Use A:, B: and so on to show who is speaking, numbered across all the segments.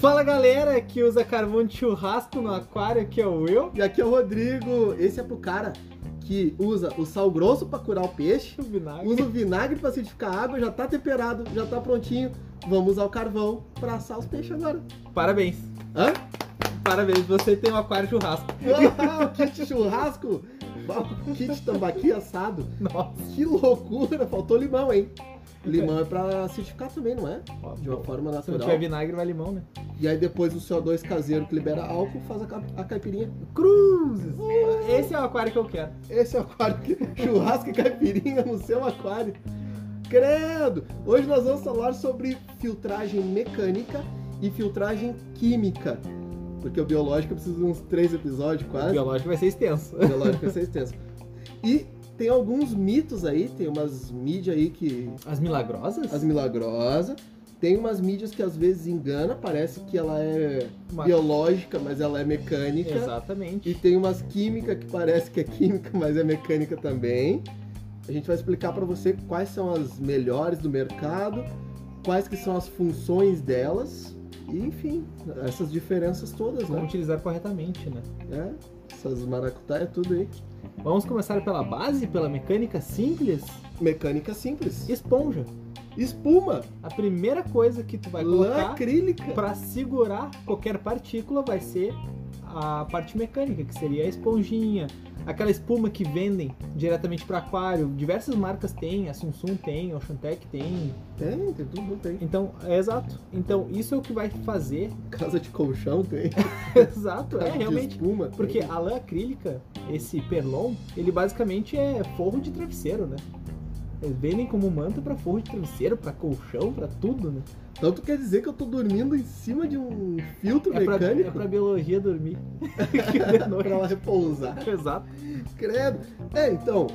A: Fala galera é que usa carvão de churrasco no aquário, aqui é o Will.
B: E aqui é o Rodrigo. Esse é pro cara que usa o sal grosso pra curar o peixe,
A: O vinagre.
B: usa o vinagre pra acidificar a água, já tá temperado, já tá prontinho. Vamos usar o carvão pra assar os peixes agora.
A: Parabéns.
B: Hã?
A: Parabéns, você tem um aquário de churrasco.
B: Uau, o kit churrasco! Uau, o kit tambaqui assado.
A: Nossa.
B: Que loucura! Faltou limão, hein? Limão é pra acidificar também, não é? De uma forma
A: Se não
B: natural.
A: tiver vinagre, vai limão, né?
B: E aí depois o CO2 caseiro que libera álcool faz a, ca- a caipirinha.
A: Cruzes. Esse é o aquário que eu quero.
B: Esse é o aquário que- churrasco e caipirinha no seu aquário. Credo! Hoje nós vamos falar sobre filtragem mecânica e filtragem química. Porque o biológico eu preciso de uns três episódios
A: O
B: quase.
A: biológico vai ser extenso.
B: O biológico vai ser extenso. E tem alguns mitos aí, tem umas mídias aí que.
A: As milagrosas?
B: As milagrosas. Tem umas mídias que às vezes engana, parece que ela é
A: Uma-
B: biológica, mas ela é mecânica.
A: Exatamente.
B: E tem umas químicas que parece que é química, mas é mecânica também. A gente vai explicar para você quais são as melhores do mercado, quais que são as funções delas, e enfim, essas diferenças todas,
A: Vamos
B: né?
A: utilizar corretamente, né?
B: É, essas maracutaias tudo aí.
A: Vamos começar pela base, pela mecânica simples.
B: Mecânica simples.
A: Esponja.
B: Espuma,
A: A primeira coisa que tu vai
B: lã
A: colocar
B: acrílica.
A: para segurar qualquer partícula vai ser a parte mecânica, que seria a esponjinha, aquela espuma que vendem diretamente para aquário. Diversas marcas têm, a Samsung tem, a Oceantec tem.
B: Tem, tem tudo, tem.
A: Então, é exato. Então, isso é o que vai fazer.
B: Casa de colchão tem.
A: exato, é
B: Casa de
A: realmente.
B: Espuma. tem.
A: Porque a lã acrílica, esse perlon, ele basicamente é forro de travesseiro, né? Eles vendem como manta para forro de travesseiro, para colchão, para tudo, né?
B: Tanto quer dizer que eu tô dormindo em cima de um filtro
A: É pra, é
B: mecânico
A: pra biologia dormir. que de
B: pra
A: noite.
B: ela repousar.
A: Exato.
B: Credo. É, então,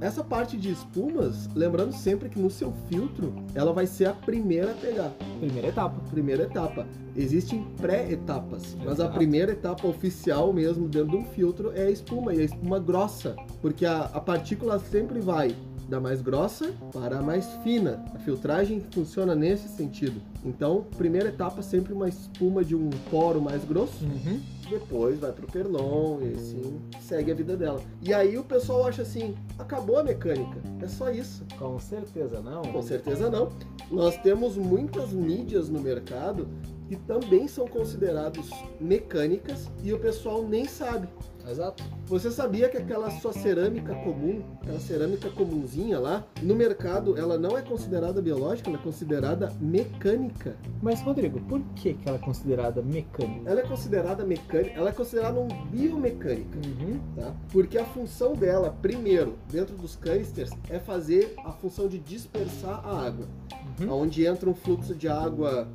B: essa parte de espumas, lembrando sempre que no seu filtro, ela vai ser a primeira a pegar,
A: Primeira etapa.
B: a primeira etapa. Existem pré-etapas, mas a
A: Exato.
B: primeira etapa oficial mesmo dentro de um filtro é a espuma, e a espuma grossa, porque a, a partícula sempre vai da mais grossa para a mais fina. A filtragem funciona nesse sentido. Então, primeira etapa sempre uma espuma de um poro mais grosso,
A: Uhum.
B: depois vai pro Perlon e assim segue a vida dela. E aí o pessoal acha assim: acabou a mecânica, é só isso.
A: Com certeza não.
B: Com certeza não. Nós temos muitas mídias no mercado que também são consideradas mecânicas e o pessoal nem sabe.
A: Exato.
B: Você sabia que aquela sua cerâmica comum, aquela cerâmica comunzinha lá, no mercado ela não é considerada biológica, ela é considerada mecânica.
A: Mas, Rodrigo, por que, que ela é considerada mecânica?
B: Ela é considerada mecânica, ela é considerada um biomecânica.
A: Uhum.
B: tá? Porque a função dela, primeiro, dentro dos canisters, é fazer a função de dispersar a água.
A: Uhum.
B: Onde entra um fluxo de água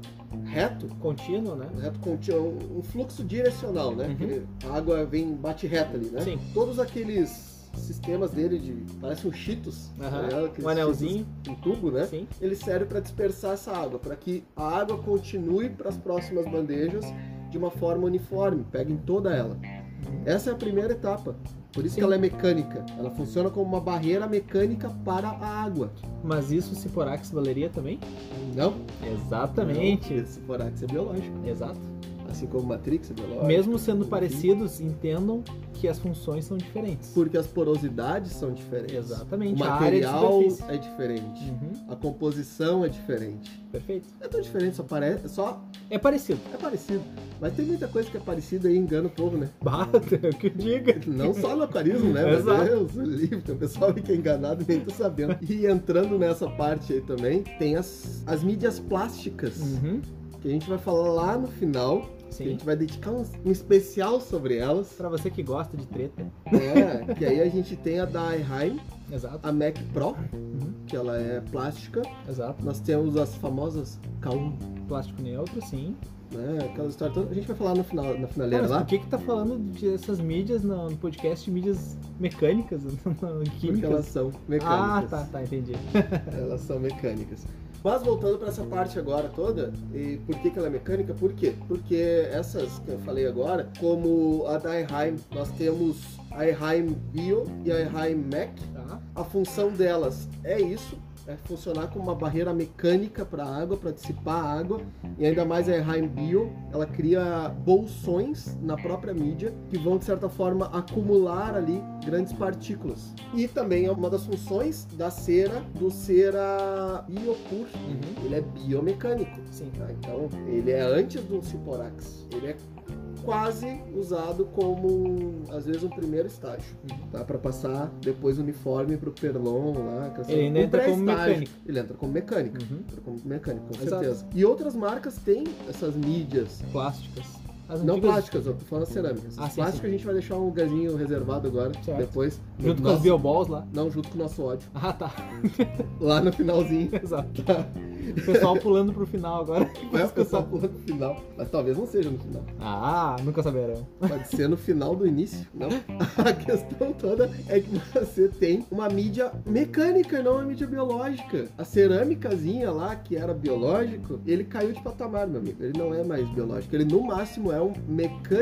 B: reto,
A: Contínuo, né?
B: reto contínuo, um fluxo direcional, né?
A: Uhum.
B: Porque A água vem, bate reta ali, né?
A: Sim.
B: Todos aqueles sistemas dele de parece um cheetos, tá
A: Aham.
B: ligado? Aqueles
A: Um anelzinho.
B: Cheetos, um tubo, né?
A: Sim.
B: Ele serve para dispersar essa água, para que a água continue para as próximas bandejas de uma forma uniforme, pegue em toda ela. Essa é a primeira etapa. Por isso
A: Sim.
B: que ela é mecânica. Ela funciona como uma barreira mecânica para a água.
A: Mas isso se porax valeria também?
B: Não?
A: Exatamente.
B: Não, Esse forax é biológico.
A: Exato.
B: Assim como Matrix é biológico.
A: Mesmo sendo
B: Enfim,
A: parecidos, entendam que as funções são diferentes.
B: Porque as porosidades são diferentes. O
A: Exatamente. A área
B: material
A: de superfície.
B: é diferente.
A: Uhum.
B: A composição é diferente.
A: Perfeito.
B: Não é tão diferente, só parece. Só
A: É parecido.
B: é parecido. Mas tem muita coisa que é parecida e engana o povo, né?
A: Bata, é o que eu diga.
B: Não só no aquarismo, né? Mas
A: Exato.
B: Deus, o livro, tem o pessoal fica enganado e nem tá sabendo. E entrando nessa parte aí também, tem as, as mídias plásticas,
A: Uhum.
B: que a gente vai falar lá no final. que A
A: Sim.
B: gente vai dedicar um, um especial sobre elas.
A: Pra você que gosta de treta.
B: É, que aí a gente tem a da Eyeheim,
A: Exato.
B: a Mac Pro,
A: Uhum.
B: que ela é plástica.
A: Exato.
B: Nós temos as famosas K1,
A: Plástico neutro, sim.
B: né? Aquela história toda. A gente vai falar no final, na
A: Ah,
B: finaleira
A: mas
B: lá.
A: por que que tá falando dessas mídias no no podcast de mídias mecânicas, não, não,
B: Porque
A: químicas?
B: elas são
A: Ah,
B: mecânicas.
A: tá, tá, entendi.
B: Elas são mecânicas. Mas voltando para essa parte agora toda, e por que, que ela é mecânica? Por quê? Porque essas que eu falei agora, como a da Eheim, nós temos a Eheim Bio e a Eheim Mac.
A: Tá.
B: A função delas é isso, é funcionar como uma barreira mecânica para a água, para dissipar a água, e ainda mais a Heim Bio, ela cria bolsões na própria mídia que vão de certa forma acumular ali grandes partículas. E também é uma das funções da cera, do cera biopur,
A: Uhum.
B: ele é biomecânico.
A: Sim.
B: tá? Então ele é antes do ciporax, ele é quase usado como às vezes um primeiro estágio
A: Uhum.
B: tá? Pra passar depois o uniforme pro Perlon lá. que é só-
A: Ele ainda
B: o
A: entra como
B: pré-estágio.
A: mecânico.
B: Ele entra como mecânico.
A: Uhum.
B: Entra como mecânico, com
A: Exato.
B: certeza. E outras marcas têm essas mídias.
A: Plásticas. As
B: Não
A: antigas,
B: plásticas, eu tô falando cerâmicas.
A: Ah, sim,
B: plásticas
A: sim.
B: a gente vai deixar um lugarzinho reservado agora,
A: Certo.
B: depois.
A: Junto com
B: Nossa.
A: as bioballs lá.
B: Não, junto com o nosso ódio.
A: Ah, tá.
B: Lá no finalzinho.
A: Exato.
B: Tá.
A: O pessoal pulando pro final agora.
B: Vai o pessoal pulando no final. Mas talvez não seja no final.
A: Ah, nunca saberão.
B: Pode ser no final do início, não? A questão toda é que você tem uma mídia mecânica e não uma mídia biológica. A cerâmicazinha lá, que era biológico, ele caiu de patamar, meu amigo. Ele não é mais biológico. Ele, no máximo, é um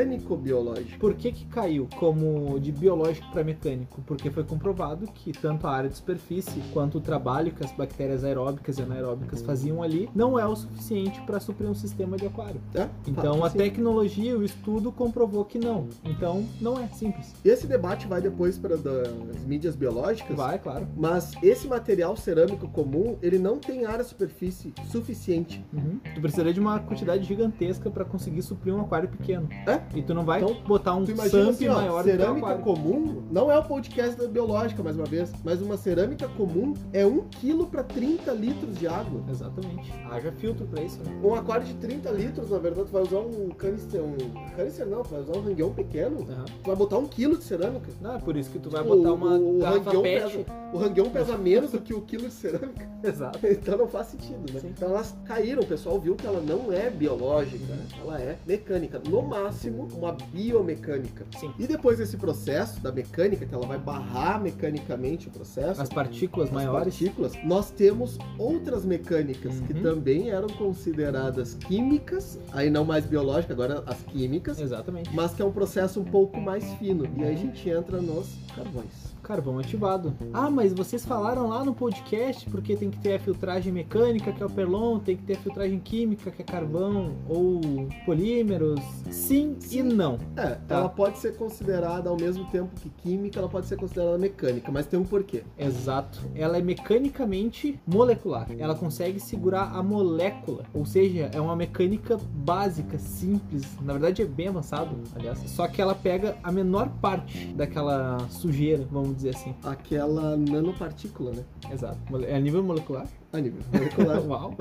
B: mecânico-biológico.
A: Por que que caiu como de biológico para mecânico? Porque foi comprovado que tanto a área de superfície quanto o trabalho que as bactérias aeróbicas e anaeróbicas faziam ali não é o suficiente para suprir um sistema de aquário.
B: É?
A: Então
B: Fato,
A: a
B: sim.
A: tecnologia, o estudo comprovou que não. Então não é simples.
B: Esse debate vai depois para as mídias biológicas.
A: Vai, claro.
B: Mas esse material cerâmico comum, ele não tem área superfície suficiente.
A: Uhum. Tu precisaria de uma quantidade gigantesca para conseguir suprir um aquário pequeno.
B: É?
A: E tu não vai
B: Então,
A: botar um
B: Tu imagina
A: SAMP
B: assim, ó,
A: maior do que o
B: cerâmica
A: aquário.
B: comum não é o podcast da biológica, mais uma vez, mas uma cerâmica comum é 1 kg para 30 litros de água.
A: Exatamente. Haja filtro pra isso, né?
B: Um aquário de 30 litros, na verdade, tu vai usar um canister, um canister não, tu vai usar um rangueão pequeno,
A: Aham.
B: tu vai botar um quilo de cerâmica.
A: Não, é por isso que tu vai
B: O-
A: botar uma
B: o
A: garrafa
B: rangueão
A: pet.
B: O rangueão pesa menos do que o quilo de cerâmica,
A: Exato.
B: então não faz sentido, né?
A: Sim.
B: Então elas caíram, o pessoal viu que ela não é biológica, ela é mecânica, no máximo uma biomecânica.
A: Sim.
B: E depois desse processo da mecânica, que ela vai barrar mecanicamente o processo,
A: As partículas
B: as
A: maiores.
B: partículas, nós temos outras mecânicas que
A: Uhum.
B: também eram consideradas químicas, aí não mais biológica, agora as químicas,
A: Exatamente.
B: mas que é um processo um pouco mais fino. E
A: Uhum.
B: aí a gente entra nos carvões.
A: Carvão ativado. Ah, mas vocês falaram lá no podcast porque tem que ter a filtragem mecânica, que é o Perlon, tem que ter a filtragem química, que é carvão ou polímeros. Sim, e
B: Sim.
A: não.
B: É,
A: Tá.
B: ela pode ser considerada ao mesmo tempo que química, ela pode ser considerada mecânica, mas tem um porquê.
A: Exato. Ela é mecanicamente molecular. Ela consegue segurar a molécula. Ou seja, é uma mecânica básica, simples. Na verdade, é bem avançado, aliás. Só que ela pega a menor parte daquela sujeira, vamos dizer assim.
B: Aquela nanopartícula, né?
A: Exato. Mole- É a nível molecular.
B: A nível molecular.
A: Uau.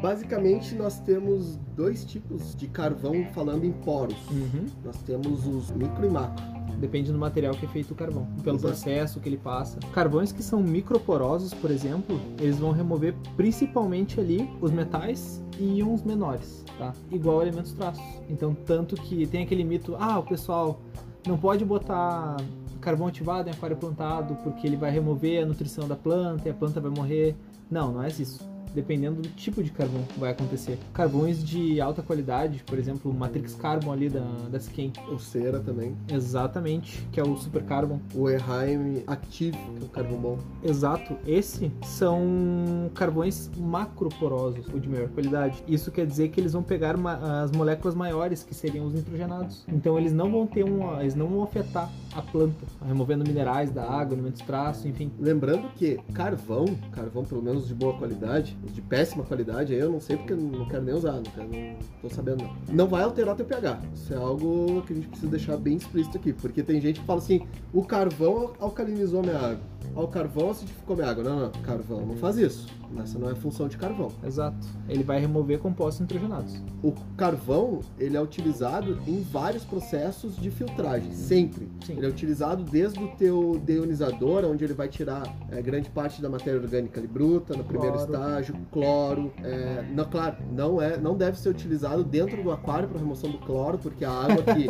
B: Basicamente, nós temos dois tipos de carvão falando em poros.
A: Uhum.
B: Nós temos os micro e macro.
A: Depende do material que é feito o carvão, pelo
B: Exato.
A: processo que ele passa. Carvões que são microporosos, por exemplo, eles vão remover principalmente ali os metais e íons menores, tá? Igual elementos traços. Então, tanto que tem aquele mito, ah, o pessoal não pode botar carvão ativado em aquário plantado porque ele vai remover a nutrição da planta e a planta vai morrer. Não, não é isso. Dependendo do tipo de carvão que vai acontecer. Carvões de alta qualidade, por exemplo, o Matrix Carbon ali da, da Skin,
B: O cera também.
A: Exatamente, que é o Super Carbon.
B: O Erheim Active, que é o carvão bom.
A: Exato, esse são carvões macroporosos, ou de melhor qualidade. Isso quer dizer que eles vão pegar ma- as moléculas maiores, que seriam os nitrogenados. Então eles não vão ter um, eles não vão afetar a planta, removendo minerais da água, elementos traços, enfim.
B: Lembrando que carvão, carvão pelo menos de boa qualidade, os de péssima qualidade, aí eu não sei porque eu não quero nem usar, não, quero, não tô sabendo não. Não vai alterar teu pH. Isso é algo que a gente precisa deixar bem explícito aqui, porque tem gente que fala assim, o carvão alcalinizou minha água, ah, o carvão acidificou minha água. Não, não, carvão não faz isso. Essa não é a função de carvão.
A: Exato, ele vai remover compostos nitrogenados.
B: O carvão, ele é utilizado em vários processos de filtragem, sempre.
A: Sim,
B: Ele é utilizado desde o teu deionizador, onde ele vai tirar é, grande parte da matéria orgânica ali bruta, no primeiro
A: Cloro.
B: estágio, cloro. é, não, claro, não, é, não deve ser utilizado dentro do aquário para remoção do cloro, porque a água que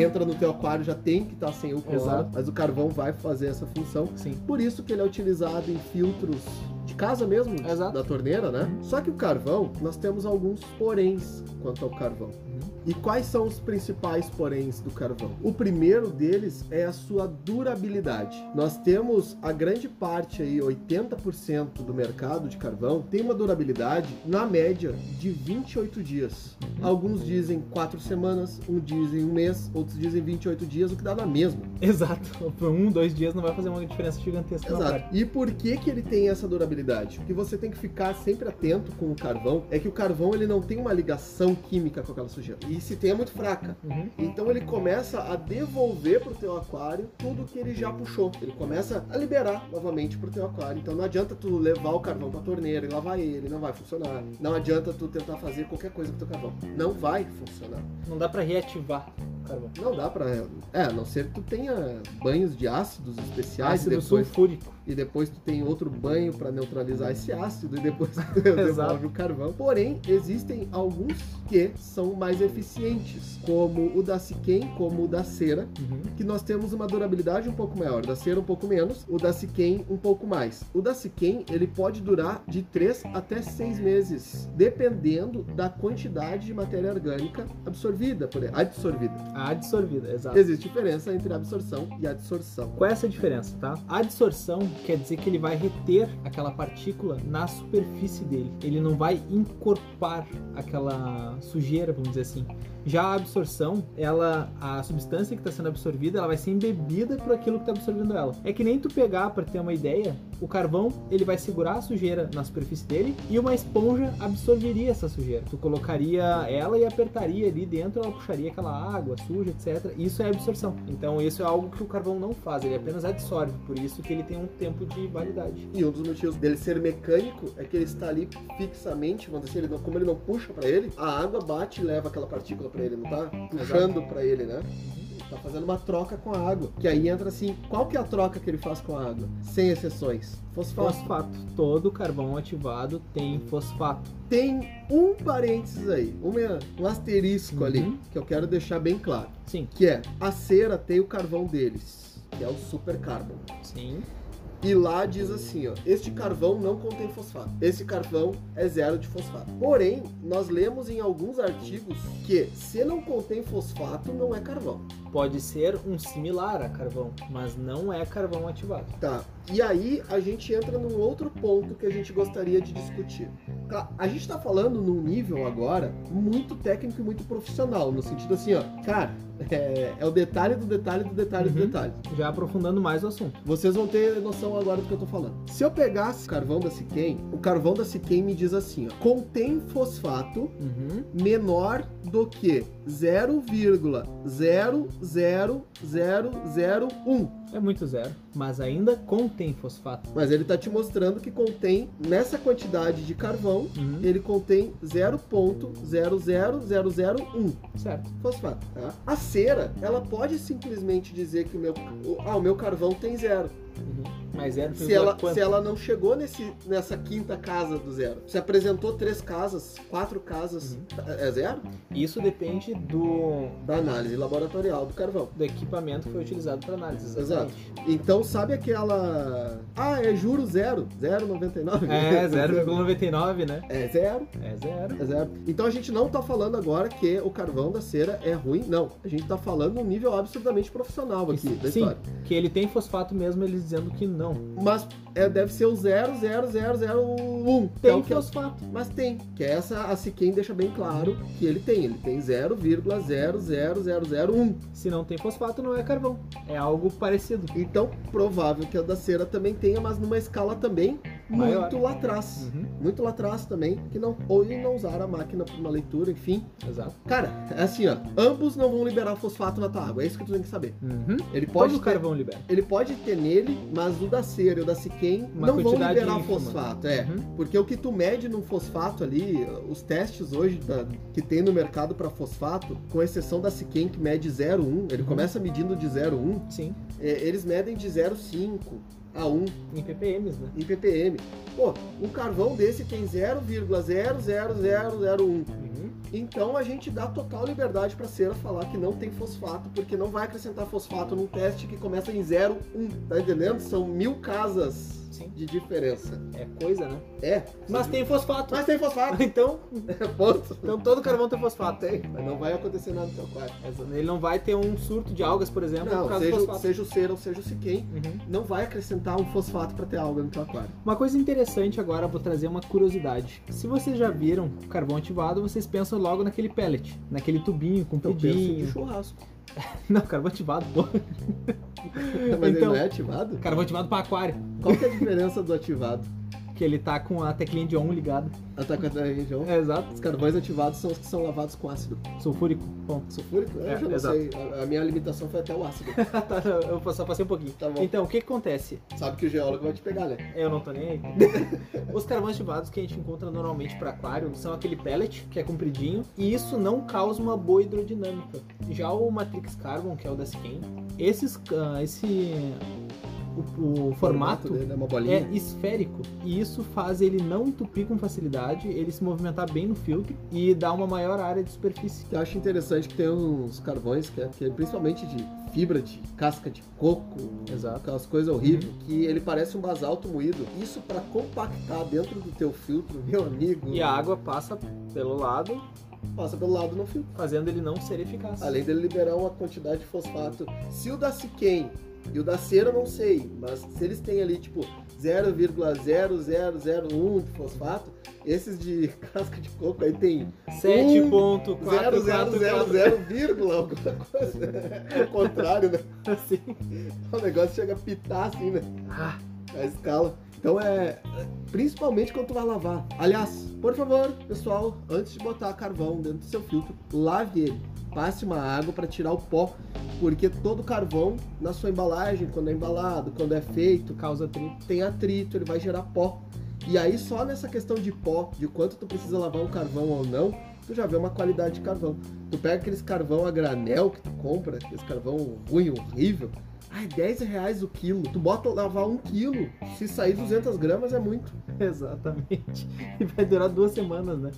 B: entra no teu aquário já tem que estar sem o cloro,
A: Exato.
B: mas o carvão vai fazer essa função.
A: sim.
B: Por isso que ele é utilizado em filtros de casa mesmo, de-
A: Exato.
B: da torneira, né? Só que o carvão, nós temos alguns poréns quanto ao carvão.
A: Uhum.
B: E quais são os principais poréns do carvão? O primeiro deles é a sua durabilidade. Nós temos a grande parte aí, 80% do mercado de carvão tem uma durabilidade na média de 28 dias. Alguns dizem 4 semanas, uns dizem um mês, outros dizem 28 dias, o que dá na mesma.
A: Exato. Por um, dois dias não vai fazer uma diferença gigantesca na
B: Exato.
A: parte.
B: E por que que ele tem essa durabilidade? O que você tem que ficar sempre atento com o carvão é que o carvão ele não tem uma ligação química com aquela sujeira. E se tem é muito fraca.
A: Uhum.
B: Então ele começa a devolver pro teu aquário tudo que ele já puxou. Ele começa a liberar novamente pro teu aquário. Então não adianta tu levar o carvão pra torneira e lavar ele, não vai funcionar. Não adianta tu tentar fazer qualquer coisa com o teu carvão. Não vai funcionar.
A: Não dá pra reativar o carvão.
B: Não dá pra. É, a não ser que tu tenha banhos de ácidos especiais
A: Ácido
B: e depois
A: sulfúrico.
B: e depois tu tem outro banho para neutralizar esse ácido e depois tu devolve o carvão. Porém, existem alguns que são mais eficientes, como o da Siquem, como o da cera,
A: Uhum.
B: que nós temos uma durabilidade um pouco maior, da cera um pouco menos, o da Siquem um pouco mais. O da Siquem, ele pode durar de 3 até 6 meses, dependendo da quantidade de matéria orgânica absorvida, por absorvida.
A: A adsorvida, exato.
B: Existe diferença entre absorção e adsorção.
A: Qual é essa diferença, tá? A adsorção quer dizer que ele vai reter aquela partícula na superfície dele. Ele não vai encorpar aquela sujeira, vamos dizer assim. Já a absorção, ela, a substância que está sendo absorvida, ela vai ser embebida por aquilo que está absorvendo ela. É que nem tu pegar, para ter uma ideia, o carvão, ele vai segurar a sujeira na superfície dele e uma esponja absorveria essa sujeira. Tu colocaria ela e apertaria ali dentro, ela puxaria aquela água suja, etc. Isso é absorção. Então isso é algo que o carvão não faz, ele apenas absorve, por isso que ele tem um tempo de validade.
B: E um dos motivos dele ser mecânico é que ele está ali fixamente, vamos dizer, assim, ele não, como ele não puxa pra ele, a água bate e leva aquela partícula pra ele, não tá puxando pra ele, né? Ele Tá fazendo uma troca com a água. Que aí entra assim, qual que é a troca que ele faz com a água? Sem exceções. Fosfato.
A: Fosfato. Todo carvão ativado tem fosfato.
B: Tem um parênteses aí, uma- um asterisco ali,
A: Uhum.
B: que eu quero deixar bem claro.
A: Sim,
B: Que é, a cera tem o carvão deles, que é o supercarbo.
A: sim.
B: E lá diz assim, ó, este carvão não contém fosfato. Esse carvão é zero de fosfato. Porém, nós lemos em alguns artigos que se não contém fosfato, não é carvão.
A: Pode ser um similar a carvão, mas não é carvão ativado.
B: Tá. E aí a gente entra num outro ponto que a gente gostaria de discutir. Tá, a gente tá falando num nível agora muito técnico e muito profissional, no sentido assim, ó, cara, é, é o detalhe do detalhe do detalhe do
A: Uhum.
B: detalhe.
A: Já aprofundando mais o assunto.
B: Vocês vão ter noção agora do que eu tô falando. Se eu pegasse o carvão da Siquem, o carvão da Siquem me diz assim, ó, contém fosfato
A: Uhum.
B: menor do que 0,00001.
A: É muito zero, mas ainda contém fosfato.
B: Mas ele tá te mostrando que contém nessa quantidade de carvão,
A: Uhum.
B: ele contém 0,00001.
A: Certo.
B: fosfato, tá? A cera, ela pode simplesmente dizer que o meu, o- ah, o meu carvão tem zero.
A: Uhum. Mas zero
B: se ela, se ela não chegou nesse, nessa quinta casa do zero, se apresentou três casas, quatro casas,
A: Uhum.
B: é zero?
A: Isso depende do,
B: Da análise laboratorial do carvão.
A: do equipamento que foi utilizado para análise. Exatamente.
B: Então, sabe aquela. Ah, é juro zero, 0,99?
A: É 0,99, né?
B: É zero,
A: É zero.
B: é zero. Então a gente não tá falando agora que o carvão da cera é ruim, não. A gente tá falando um nível absolutamente profissional aqui
A: Isso,
B: da
A: sim.
B: história.
A: Que ele tem fosfato mesmo, eles dizendo que não.
B: Mas é, deve ser o 00001. que
A: Tem
B: é o que eu-
A: fosfato.
B: Mas tem, que é essa a Siquem deixa bem claro que ele tem. Ele tem 0,00001.
A: Se não tem fosfato, não é carvão. É algo parecido.
B: Então, provável que a da cera também tenha, mas numa escala também
A: Maior.
B: muito lá atrás.
A: Uhum.
B: Muito lá atrás também, que não, ou ele não usar a máquina para uma leitura, enfim.
A: Exato.
B: Cara, é assim, ó. Ambos não vão liberar fosfato na tua água, é isso que tu tem que saber.
A: Uhum.
B: Ele
A: Pode
B: pode
A: Todo
B: ter-
A: carvão libera.
B: Ele pode ter nele, mas o da cera e o da Siquem
A: Uma
B: não vão
A: quantidade
B: liberar
A: ínfima.
B: fosfato, é.
A: Uhum.
B: Porque o que tu mede no fosfato ali, os testes hoje da- que tem no mercado para fosfato, com exceção da Siquem que mede 0,1, ele
A: Uhum.
B: começa medindo de 0,1,
A: Sim.
B: é, eles medem de 0,5 a 1
A: Em ppms, né?
B: em ppm. Pô, um carvão desse tem 0,00001.
A: Uhum.
B: Então a gente dá total liberdade para cera falar que não tem fosfato, porque um. não vai acrescentar fosfato num teste que começa em 0,1. Tá entendendo? São mil casas
A: Sim.
B: de diferença.
A: É coisa, né?
B: É.
A: Mas tem fosfato.
B: Mas tem fosfato.
A: Então,
B: É ponto.
A: então todo carvão tem fosfato.
B: Tem. Mas não vai acontecer nada no teu quarto.
A: Ele não vai ter um surto de algas, por exemplo, por
B: Não,
A: causa do
B: seja,
A: um fosfato.
B: seja o cera ou seja o siquém,
A: Uhum.
B: não vai acrescentar um fosfato pra ter alga no teu aquário.
A: Uma coisa interessante agora, vou trazer uma curiosidade. Se vocês já viram carvão ativado, vocês pensam logo naquele pellet, naquele tubinho
B: Então pensa
A: compridinho.
B: de churrasco.
A: Não, carvão ativado, pô.
B: Mas ele
A: Então-
B: não é ativado?
A: Carvão ativado pra aquário,
B: Qual que é a diferença do ativado? Ah,
A: que ele tá com a teclinha de on ligada.
B: tá com a da região.
A: É, exato.
B: Os carvões ativados são os que são lavados com ácido
A: Sulfúrico. Bom,
B: sulfúrico.
A: É,
B: eu já não
A: exato.
B: sei. A, a minha limitação foi até o ácido.
A: tá, eu só passei um pouquinho.
B: Tá bom.
A: Então, o que, que acontece?
B: Sabe que o geólogo vai te pegar, né?
A: Eu não tô nem aí. Os carvões ativados que a gente encontra normalmente para aquário são aquele pellet, que é compridinho, e isso não causa uma boa hidrodinâmica. Já o Matrix Carbon, que é o da Skin, esses, ah, esse, o, o formato
B: dele é uma
A: é
B: bolinha.
A: esférico e isso faz ele não entupir com facilidade, ele se movimentar bem no filtro e dar uma maior área de superfície.
B: Eu acho interessante que tem uns carvões que é, que é principalmente de fibra de casca de coco,
A: Exato. Uhum.
B: aquelas coisas horríveis, que ele parece um basalto moído. Isso pra compactar dentro do teu filtro, meu amigo,
A: E a água passa pelo lado,
B: passa pelo lado no filtro.
A: fazendo ele não ser eficaz.
B: Além dele liberar uma quantidade de fosfato. Se o da Siquem e o da Cera, eu não sei, mas se eles têm ali, tipo, 0,0001 de fosfato, esses de casca de coco aí tem
A: Um 7.444
B: 0,000, vírgula alguma coisa. É o contrário, né?
A: assim.
B: O negócio chega a pitar assim, né?
A: Ah,
B: a escala. Então é principalmente quando tu vai lavar. Aliás, por favor, pessoal, antes de botar carvão dentro do seu filtro, lave ele. Passe uma água para tirar o pó, porque todo carvão na sua embalagem, quando é embalado, quando é feito,
A: causa atrito.
B: tem atrito, ele vai gerar pó. E aí só nessa questão de pó, de quanto tu precisa lavar um carvão ou não, tu já vê uma qualidade de carvão. Tu pega aqueles carvão a granel que tu compra, aqueles carvão ruim, horrível, ai, 10 reais o quilo. Tu bota lavar um quilo, se sair 200 gramas é muito.
A: Exatamente. E vai durar duas semanas, né?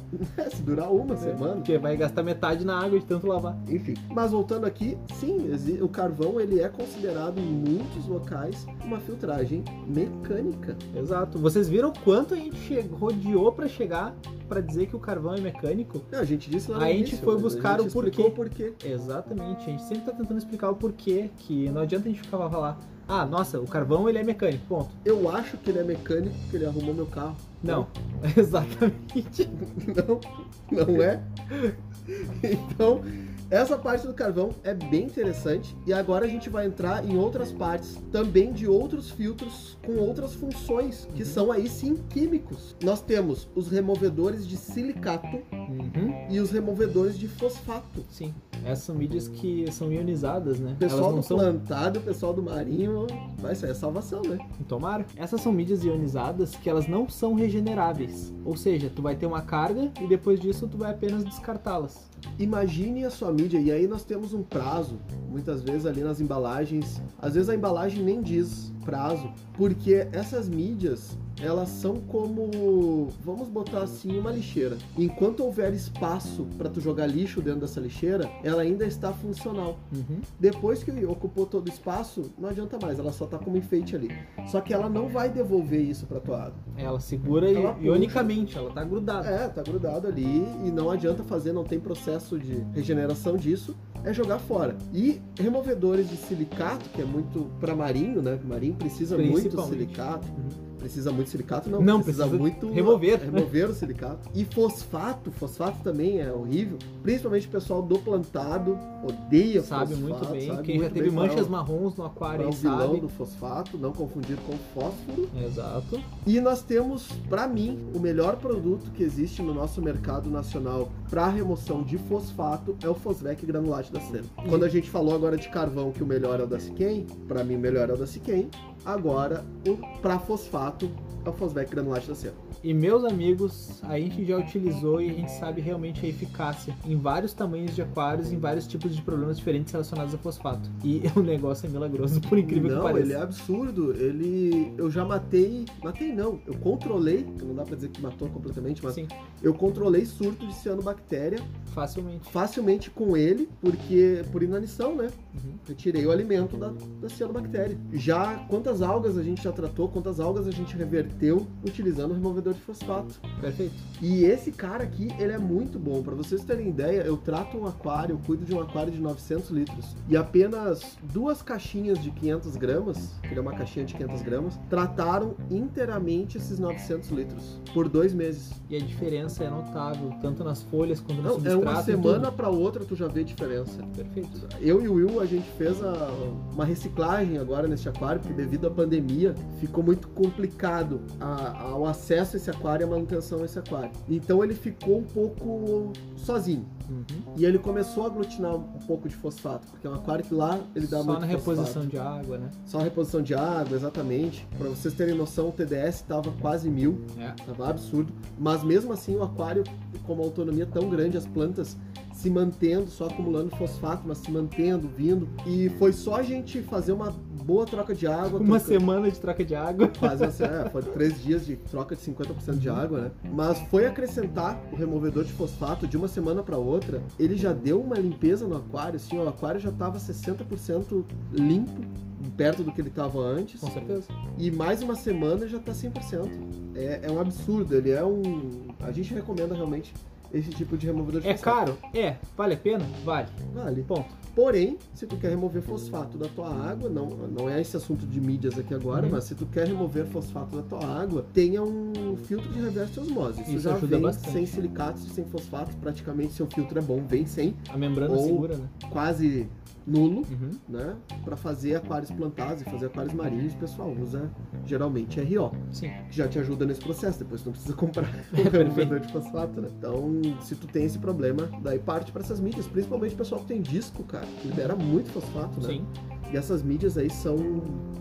B: se durar
A: É.
B: uma semana...
A: Porque vai gastar metade na água de tanto lavar.
B: Enfim, mas voltando aqui, sim, exi- o carvão ele é considerado em muitos locais uma filtragem mecânica.
A: Exato. Vocês viram quanto a gente che- rodeou pra chegar pra dizer que o carvão é mecânico?
B: Não, a gente disse lá no
A: A gente
B: início,
A: foi
B: mas
A: buscar
B: gente
A: o porquê.
B: explicou porquê.
A: Exatamente. A gente sempre tá tentando explicar o porquê que não adianta a gente ficar falar, ah, nossa, o carvão ele é mecânico, ponto.
B: Eu acho que ele é mecânico porque ele arrumou meu carro.
A: Não. Exatamente.
B: Não, não é? Então, essa parte do carvão é bem interessante. E agora a gente vai entrar em outras partes também de outros filtros com outras funções, que
A: Uhum.
B: são aí sim químicos. Nós temos os removedores de silicato
A: Uhum.
B: e os removedores de fosfato.
A: Sim. Essas são mídias que são ionizadas, né?
B: O
A: Elas
B: pessoal
A: não
B: do
A: são
B: plantado, o pessoal do marinho, vai ser a salvação, né?
A: Tomara. Essas são mídias ionizadas que elas não são regeneráveis. Ou seja, tu vai ter uma carga e depois disso tu vai apenas descartá-las.
B: Imagine a sua mídia, e aí nós temos um prazo, muitas vezes ali nas embalagens. Às vezes a embalagem nem diz prazo, porque essas mídias, elas são como, vamos botar assim, uma lixeira. Enquanto houver espaço para tu jogar lixo dentro dessa lixeira, ela ainda está funcional.
A: Uhum.
B: Depois que ocupou todo o espaço, não adianta mais, ela só tá como enfeite ali. Só que ela não vai devolver isso para tua água.
A: Ela segura
B: Ela
A: i- ionicamente, ela tá grudada.
B: É, tá grudado ali e não adianta fazer, não tem processo de regeneração disso, é jogar fora. E removedores de silicato, que é muito pra marinho, né? Marinho precisa muito
A: Principalmente.
B: silicato.
A: Uhum.
B: Precisa muito silicato, não.
A: Não,
B: precisa,
A: precisa
B: muito
A: remover.
B: remover o silicato. E fosfato, fosfato também é horrível, principalmente o pessoal do plantado odeia
A: sabe
B: fosfato.
A: muito bem.
B: sabe
A: Quem
B: muito
A: já teve
B: bem qual é o-
A: manchas marrons no
B: qual é
A: aquário
B: o
A: aí
B: vilão
A: sabe.
B: do fosfato, não confundir com fósforo.
A: Exato.
B: E nós temos, para mim, o melhor produto que existe no nosso mercado nacional para remoção de fosfato é o Fosvec granulate da cera. Quando a gente falou agora de carvão que o melhor é o da Siquem, para mim o melhor é o da Siquem, agora o para fosfato é o Fosvec granulate da cera.
A: E meus amigos, a gente já utilizou e a gente sabe realmente a eficácia em vários tamanhos de aquários, em vários tipos de problemas diferentes relacionados a fosfato. E o negócio é milagroso, por incrível que
B: não,
A: pareça.
B: ele é absurdo. Ele eu já matei, matei não, eu controlei, não dá para dizer que matou completamente, é, mas
A: Sim.
B: Eu controlei surto de cianobactéria
A: facilmente.
B: facilmente com ele, porque por inanição, né?
A: Uhum.
B: Eu tirei o alimento da, da cianobactéria. Já quantas algas a gente já tratou, quantas algas a gente reverteu utilizando o removedor de fosfato.
A: Perfeito.
B: E esse cara aqui, ele é muito bom. Pra vocês terem ideia, eu trato um aquário, eu cuido de um aquário de 900 litros. E apenas duas caixinhas de 500 gramas, que é uma caixinha de 500 gramas, trataram inteiramente esses 900 litros. Por dois meses.
A: E a diferença é notável, tanto nas folhas quanto no
B: Não,
A: um
B: é
A: substrato.
B: uma
A: em
B: semana pra outra tu já vê diferença.
A: tudo. Perfeito.
B: Eu e o Will, a gente fez a- uma reciclagem agora neste aquário, porque devido à pandemia ficou muito complicado a- ao acesso a esse aquário e a manutenção a esse aquário. Então ele ficou um pouco sozinho.
A: Uhum.
B: E ele começou a aglutinar um pouco de fosfato, porque é um aquário que lá ele dá
A: Só
B: muito
A: na
B: fosfato.
A: reposição de água, né?
B: Só a reposição de água, exatamente. Pra vocês terem noção, o TDS tava quase mil,
A: É.
B: tava absurdo. Mas mesmo assim, o aquário, com uma autonomia tão grande, as plantas se mantendo, só acumulando fosfato, mas se mantendo, vindo. E foi só a gente fazer uma boa troca de água.
A: Uma
B: trocando-
A: semana de troca de água.
B: Quase assim, é, foi três dias de troca de 50% de água, né? Mas foi acrescentar o removedor de fosfato de uma semana para outra, ele já deu uma limpeza no aquário, assim, ó, o aquário já tava 60% limpo, perto do que ele tava antes,
A: Com certeza.
B: e mais uma semana já tá 100%. É, é um absurdo, ele é um... A gente recomenda realmente esse tipo de removedor de
A: É
B: fosfato.
A: caro? É. Vale a pena? Vale.
B: Vale.
A: Ponto.
B: Porém, se tu quer remover fosfato da tua água, não, não é esse assunto de mídias aqui agora,
A: Uhum.
B: mas se tu quer remover fosfato da tua água, tenha um filtro de reversa osmose. Isso,
A: Isso
B: já
A: ajuda
B: vem
A: bastante.
B: sem silicatos e sem fosfatos, praticamente seu filtro é bom, vem sem,
A: A membrana
B: Ou-
A: segura, né?
B: quase nulo,
A: Uhum.
B: né? Pra fazer aquários plantados e fazer aquários marinhos, o pessoal usa geralmente RO,
A: Sim.
B: que já te ajuda nesse processo, depois tu não precisa comprar um
A: É, Perfeito.
B: removedor de fosfato, né? Então, se tu tem esse problema, daí parte pra essas mídias, principalmente o pessoal que tem disco, cara, que libera muito fosfato, né?
A: Sim.
B: E essas mídias aí são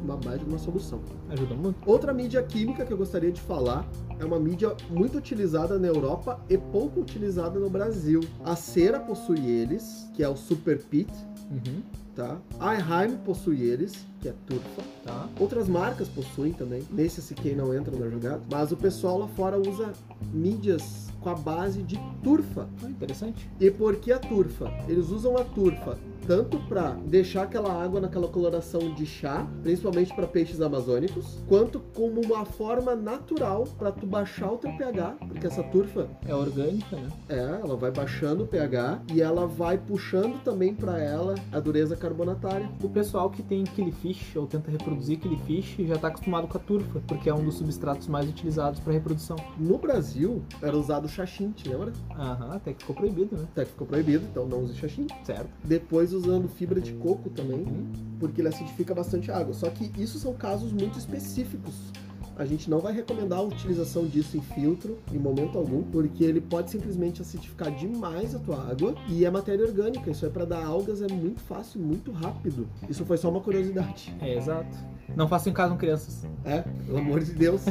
B: uma baita de uma solução.
A: Ajuda muito.
B: Outra mídia química que eu gostaria de falar é uma mídia muito utilizada na Europa e pouco utilizada no Brasil. A cera possui eles, que é o Super Pit,
A: Uhum.
B: tá? A Eheim possui eles, que é turfa.
A: Tá.
B: Outras marcas possuem também. Nesse SK não entra na jogada. Mas o pessoal lá fora usa mídias com a base de turfa.
A: Ah, interessante.
B: E por que a turfa? Eles usam a turfa tanto para deixar aquela água naquela coloração de chá, principalmente para peixes amazônicos, quanto como uma forma natural para tu baixar o teu pH, porque essa turfa
A: É orgânica, né?
B: é, ela vai baixando o pH e ela vai puxando também para ela a dureza carbonatária.
A: O pessoal que tem killfish ou tenta reproduzir killfish já está acostumado com a turfa, porque é um dos substratos mais utilizados para reprodução.
B: No Brasil era usado o xaxim, te lembra?
A: Aham, até que ficou proibido, né?
B: Até que ficou proibido, então não use xaxim.
A: Certo.
B: Depois usando fibra de coco também,
A: Uhum.
B: porque ele acidifica bastante a água. Só que isso são casos muito específicos. A gente não vai recomendar a utilização disso em filtro em momento algum, porque ele pode simplesmente acidificar demais a tua água e é matéria orgânica. Isso é para dar algas, é muito fácil, muito rápido. Isso foi só uma curiosidade.
A: É, exato. Não façam em casa com crianças.
B: É, pelo amor de Deus.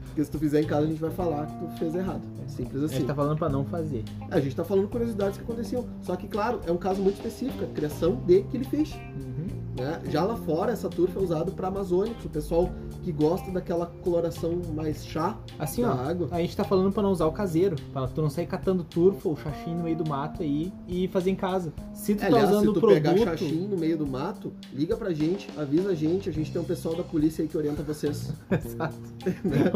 B: porque se tu fizer em casa, a gente vai falar que tu fez errado. Simples
A: A gente
B: assim.
A: tá falando pra não fazer.
B: A gente tá falando curiosidades que aconteciam. Só que, claro, é um caso muito específico, a criação de killifish.
A: Uhum.
B: né? Já lá fora, essa turfa é usada para amazônicos, o pessoal que gosta daquela coloração mais chá
A: Assim,
B: da
A: ó,
B: água.
A: A gente tá falando pra não usar o caseiro, pra tu não sair catando turfa ou xaxim no meio do mato aí e fazer em casa. Se tu
B: É,
A: tá
B: Aliás,
A: usando
B: se
A: o
B: tu pegar
A: produto,
B: xaxim no meio do mato, liga pra gente, avisa a gente, a gente tem um pessoal da polícia aí que orienta vocês.
A: Exato.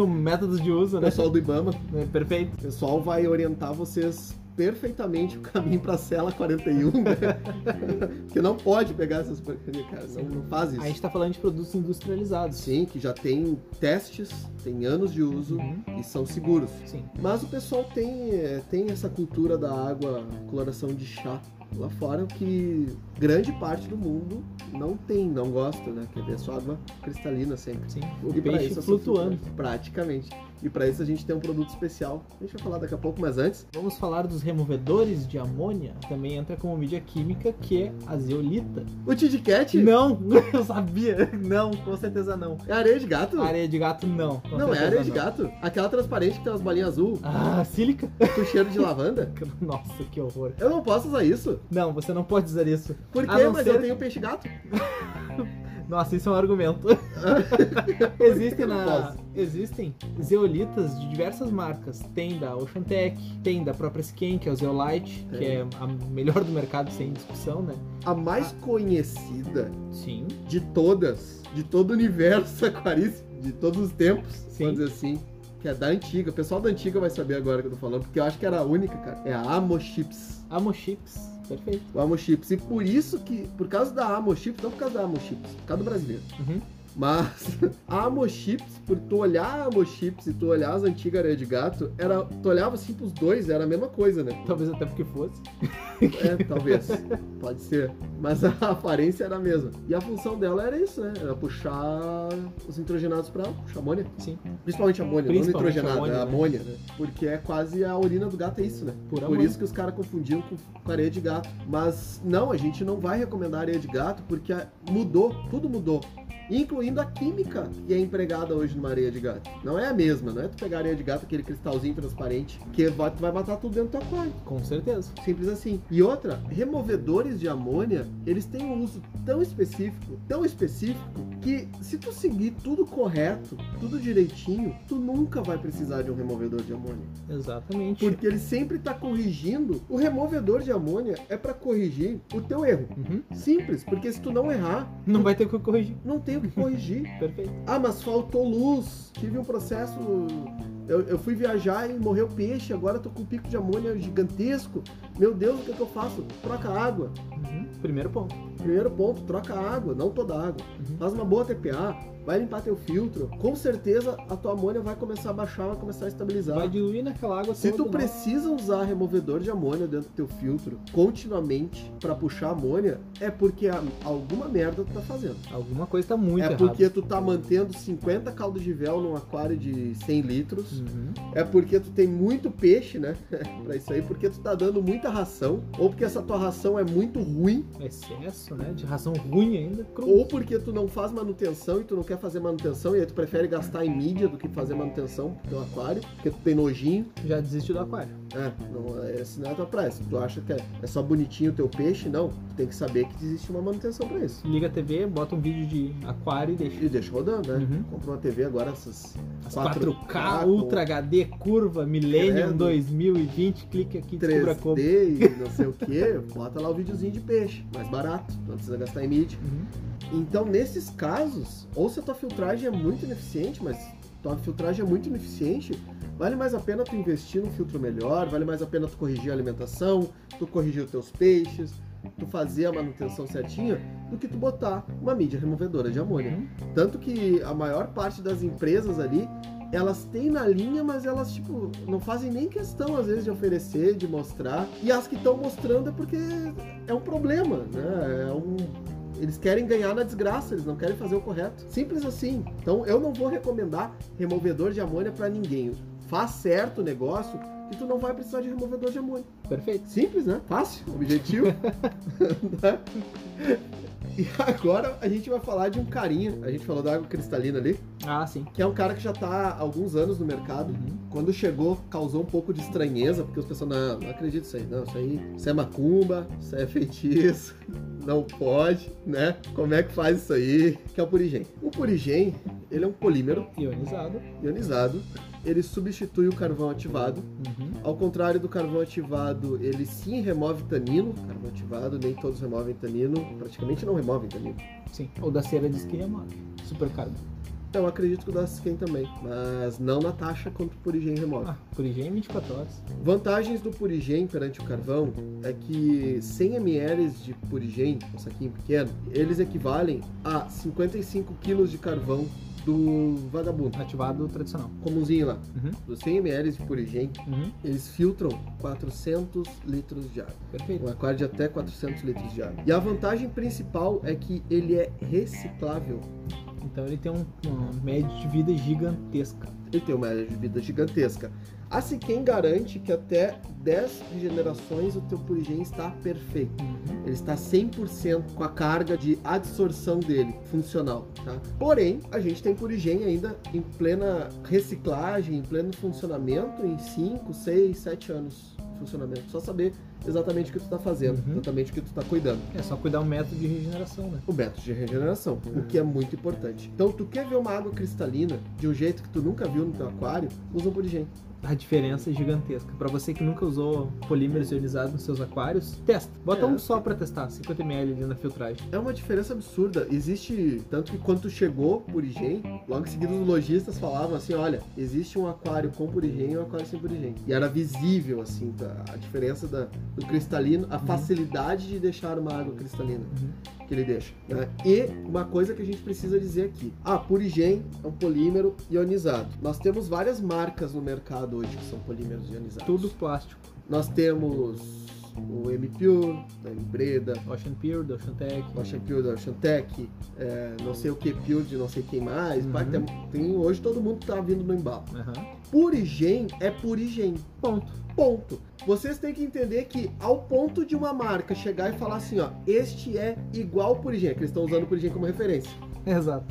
A: o método de uso,
B: O
A: né?
B: pessoal do Ibama,
A: É perfeito.
B: o pessoal vai orientar vocês perfeitamente o caminho pra cela 41, né? Porque não pode pegar essas porcarias, cara, não, não faz
A: A gente
B: isso.
A: tá falando de produtos industrializados.
B: Sim, que já tem testes, tem anos de uso
A: Uhum.
B: e são seguros.
A: Sim.
B: Mas o pessoal tem, é, tem essa cultura da água, coloração de chá lá fora, o que grande parte do mundo não tem, não gosta, né? Quer ver só água cristalina sempre.
A: Sim.
B: O
A: peixe flutuando.
B: Praticamente. E pra isso a gente tem um produto especial. A gente vai falar daqui a pouco, mas antes,
A: Vamos falar dos removedores de amônia. Também entra como mídia química, que é a zeolita.
B: o Tid Cat
A: Não, eu sabia. Não, com certeza não.
B: é areia de gato?
A: Areia de gato, não. Com
B: Não, é
A: certeza
B: areia de
A: não.
B: gato. Aquela transparente que tem umas bolinhas azul
A: Ah, sílica?
B: com cheiro de lavanda.
A: Nossa, que horror.
B: Eu não posso usar isso.
A: Não, você não pode usar isso.
B: Por
A: A
B: quê?
A: não
B: Mas
A: ser-
B: eu tenho peixe gato.
A: Nossa, isso é um argumento. existem na, existem zeolitas de diversas marcas. Tem da Ocean Tech, tem da própria Skin, que é o Zeolite, que
B: Tem.
A: é a melhor do mercado sem discussão, né?
B: A mais conhecida
A: Sim.
B: de todas, de todo o universo aquarístico, de todos os tempos,
A: Sim.
B: vamos dizer assim, que é da antiga. O pessoal da antiga vai saber agora que eu tô falando, porque eu acho que era a única, cara. É a Amo Chips.
A: Amo chips. Perfeito.
B: O Amo Chips. E por isso que, por causa da Amo Chips, não por causa da Amo Chips, por causa do brasileiro.
A: Uhum.
B: Mas a Amo Chips, por tu olhar a Amo Chips e tu olhar as antigas areia de gato, era, tu olhava assim pros dois, era a mesma coisa, né?
A: Talvez até porque fosse.
B: É, talvez. Pode ser. Mas a aparência era a mesma. E a função dela era isso, né? Era puxar os nitrogenados pra puxar amônia.
A: Sim.
B: Principalmente amônia,
A: Principalmente
B: não nitrogenado,
A: amônia,
B: é
A: né?
B: amônia, né? Porque é quase a urina do gato, é isso, né?
A: Por
B: Por
A: amor.
B: isso que os caras confundiam com com areia de gato. Mas não, a gente não vai recomendar areia de gato porque a- mudou, tudo mudou. Incluindo a química que é empregada hoje numa areia de gato. Não é a mesma, não é tu pegar areia de gato, aquele cristalzinho transparente, que vai, tu vai matar tudo dentro do teu aquário.
A: Com certeza.
B: Simples assim. E outra, removedores de amônia, eles têm um uso tão específico, tão específico, que se tu seguir tudo correto, tudo direitinho, tu nunca vai precisar de um removedor de amônia.
A: Exatamente.
B: Porque ele sempre tá corrigindo. O removedor de amônia é para corrigir o teu erro.
A: Uhum.
B: Simples, porque se tu não errar,
A: Não vai ter o que corrigir.
B: não tem o que corrigir.
A: Perfeito.
B: Ah, mas faltou luz. Tive um processo. Eu, eu fui viajar e morreu peixe. Agora eu tô com um pico de amônia gigantesco. Meu Deus, o que, que eu faço? Troca a água.
A: Uhum. Primeiro ponto.
B: Primeiro ponto, troca a água, não toda a água.
A: Uhum.
B: Faz uma boa TPA, vai limpar teu filtro. Com certeza a tua amônia vai começar a baixar, vai começar a estabilizar.
A: Vai diluir naquela água
B: Tá. Se
A: toda,
B: tu
A: né?
B: precisa usar removedor de amônia dentro do teu filtro continuamente pra puxar amônia, é porque a- alguma merda tu tá fazendo.
A: Alguma coisa tá muito
B: é
A: errada.
B: porque tu tá mantendo 50 caldos de véu num aquário de 100 litros.
A: Uhum.
B: É porque tu tem muito peixe, né? pra isso aí, porque tu tá dando muita ração. Ou porque essa tua ração é muito ruim.
A: Excesso, né? De ração ruim ainda. Cru.
B: Ou porque tu não faz manutenção e tu não quer fazer manutenção. E aí tu prefere gastar em mídia do que fazer manutenção pro teu aquário. Porque tu tem nojinho.
A: Já desiste do aquário.
B: É, não, é- esse não é a tua praia. Se tu acha que é, é só bonitinho o teu peixe, não. Tu tem que saber que existe uma manutenção pra isso.
A: Liga a TV, bota um vídeo de aquário e deixa.
B: E deixa rodando, né?
A: Uhum.
B: Compra uma TV agora, essas
A: As
B: 4K,
A: 4K, Ultra HD, curva, Millennium
B: Credo.
A: 2020, clique aqui e descubra como.
B: 3D e não sei o que, bota lá o videozinho de peixe, mais barato, não precisa gastar em mídia.
A: Uhum.
B: Então, nesses casos, ou se a tua filtragem é muito ineficiente, mas tua filtragem é muito ineficiente, vale mais a pena tu investir num filtro melhor, vale mais a pena tu corrigir a alimentação, tu corrigir os teus peixes, tu fazer a manutenção certinha, do que tu botar uma mídia removedora de amônia.
A: Uhum.
B: Tanto que a maior parte das empresas ali, elas têm na linha, mas elas, tipo, não fazem nem questão, às vezes, de oferecer, de mostrar. E as que estão mostrando é porque é um problema, né? É um. Eles querem ganhar na desgraça, eles não querem fazer o correto. Simples assim. Então eu não vou recomendar removedor de amônia pra ninguém. Faz certo o negócio que tu não vai precisar de removedor de amônia.
A: Perfeito.
B: Simples, né? Fácil, objetivo. Né? e agora a gente vai falar de um carinha. A gente falou da água cristalina ali,
A: Ah, sim.
B: que é um cara que já tá há alguns anos no mercado.
A: Uhum.
B: Quando chegou, causou um pouco de estranheza, porque as pessoas, não, não acredito nisso aí, não, isso aí, isso é macumba, isso é feitiço, não pode, né? Como é que faz isso aí? Que é o purigem. O purigem, ele é um polímero
A: Ionizado.
B: ionizado, ele substitui o carvão ativado
A: Uhum.
B: ao contrário do carvão ativado, ele sim remove tanino. Carvão ativado, nem todos removem tanino. Praticamente não removem tanino.
A: Sim. Ou da cera de esquema. mano. Super caro.
B: Então acredito que o da Skin também. Mas não na taxa quanto o Purigen remove.
A: Ah, por higiene 24 horas.
B: Vantagens do Purigen perante o carvão é que 100 ml de Purigen, um saquinho pequeno, eles equivalem a 55 kg de carvão do vagabundo.
A: Ativado tradicional.
B: Comunzinho lá.
A: Uhum.
B: Dos 100 ml de Purigen,
A: Uhum.
B: eles filtram 400 litros de água.
A: Perfeito.
B: Um aquário de até 400 litros de água. E a vantagem principal é que ele é reciclável.
A: Então ele tem um, uma média de vida gigantesca.
B: Ele tem uma área de vida gigantesca. A Siquem garante que até 10 regenerações o teu purigem está perfeito.
A: Uhum.
B: Ele está 100% com a carga de adsorção dele, funcional, tá? Porém, a gente tem purigem ainda em plena reciclagem, em pleno funcionamento em 5, 6, 7 anos. funcionamento. Só saber exatamente o que tu tá fazendo,
A: Uhum.
B: exatamente o que tu tá cuidando.
A: É só cuidar o método de regeneração, né?
B: O método de regeneração, o que é muito importante. Então, tu quer ver uma água cristalina de um jeito que tu nunca viu no teu aquário? Usa um purigem.
A: A diferença é gigantesca. Pra você que nunca usou polímeros ionizados nos seus aquários, testa. Bota
B: É.
A: um só pra testar, 50ml ali na filtragem.
B: É uma diferença absurda. Existe, tanto que quando chegou Purigem, logo em seguida os lojistas falavam assim, olha, existe um aquário com Purigem e um aquário sem Purigem. E era visível, assim, da- a diferença da- do cristalino, a
A: Uhum.
B: facilidade de deixar uma água cristalina
A: Uhum.
B: que ele deixa. né? E uma coisa que a gente precisa dizer aqui. Ah, Purigem é um polímero ionizado. Nós temos várias marcas no mercado hoje que são polímeros ionizados.
A: Tudo plástico.
B: Nós temos o M-Pure, o M-Breda,
A: Ocean Pure, Ocean Tech.
B: Ocean Pure da Ocean Tech, é, não sei o que Pure de não sei quem mais.
A: Uhum.
B: pá, tem, tem- hoje todo mundo tá vindo no embalo.
A: Aham.
B: Purigen é Purigen,
A: Ponto.
B: ponto. Vocês têm que entender que ao ponto de uma marca chegar e falar assim, ó, este é igual Purigen, que eles estão usando Purigen como referência. tá?
A: Exato.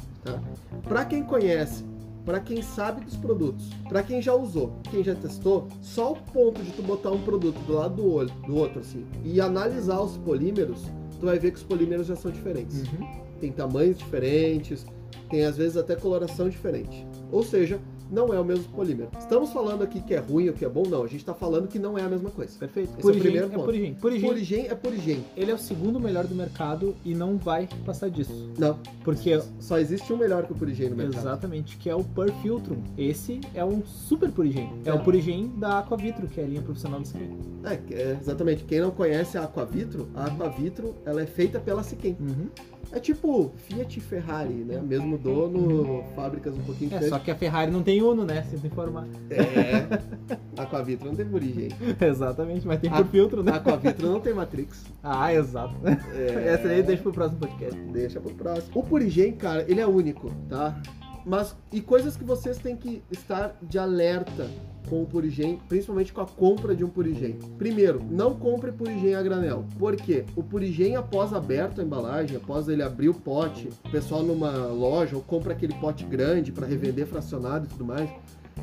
B: Pra quem conhece, pra quem sabe dos produtos, pra quem já usou, quem já testou, só o ponto de tu botar um produto do lado do, olho, do outro assim e analisar os polímeros, tu vai ver que os polímeros já são diferentes
A: Uhum.
B: tem tamanhos diferentes, tem às vezes até coloração diferente. Ou seja, não é o mesmo polímero. Estamos falando aqui que é ruim ou que é bom, não. A gente está falando que não é a mesma coisa.
A: Perfeito.
B: Esse é o
A: Purigem
B: primeiro
A: é
B: ponto.
A: Purigem. Purigem,
B: Purigem é purigem.
A: ele é o segundo melhor do mercado e não vai passar disso.
B: Não,
A: Porque,
B: só existe um melhor que o purigem no mercado.
A: exatamente, que é o Pur Filtrum. Esse é um super Purigem. É,
B: É.
A: o Purigem da Aquavitro, que é a linha profissional do skate.
B: É, que- é, exatamente. Quem não conhece a Aquavitro, a Aquavitro ela é feita pela Siquem.
A: Uhum.
B: É tipo Fiat e Ferrari, né? Mesmo dono, fábricas um pouquinho
A: É, só
B: diferentes.
A: que a Ferrari não tem Uno, né? Sinto informar.
B: É, Aquavitro não tem purigem.
A: Exatamente, mas tem
B: Ah.
A: por filtro, né?
B: Aquavitro não tem Matrix.
A: Ah, exato.
B: É...
A: Essa aí deixa pro próximo podcast.
B: Deixa pro próximo. O Purigen, cara, ele é único, tá? Mas, e coisas que vocês têm que estar de alerta com o Purigen, principalmente com a compra de um Purigen. Primeiro, não compre Purigen a granel. Por quê? O Purigen, após aberto a embalagem, após ele abrir o pote, o pessoal numa loja ou compra aquele pote grande pra revender fracionado e tudo mais.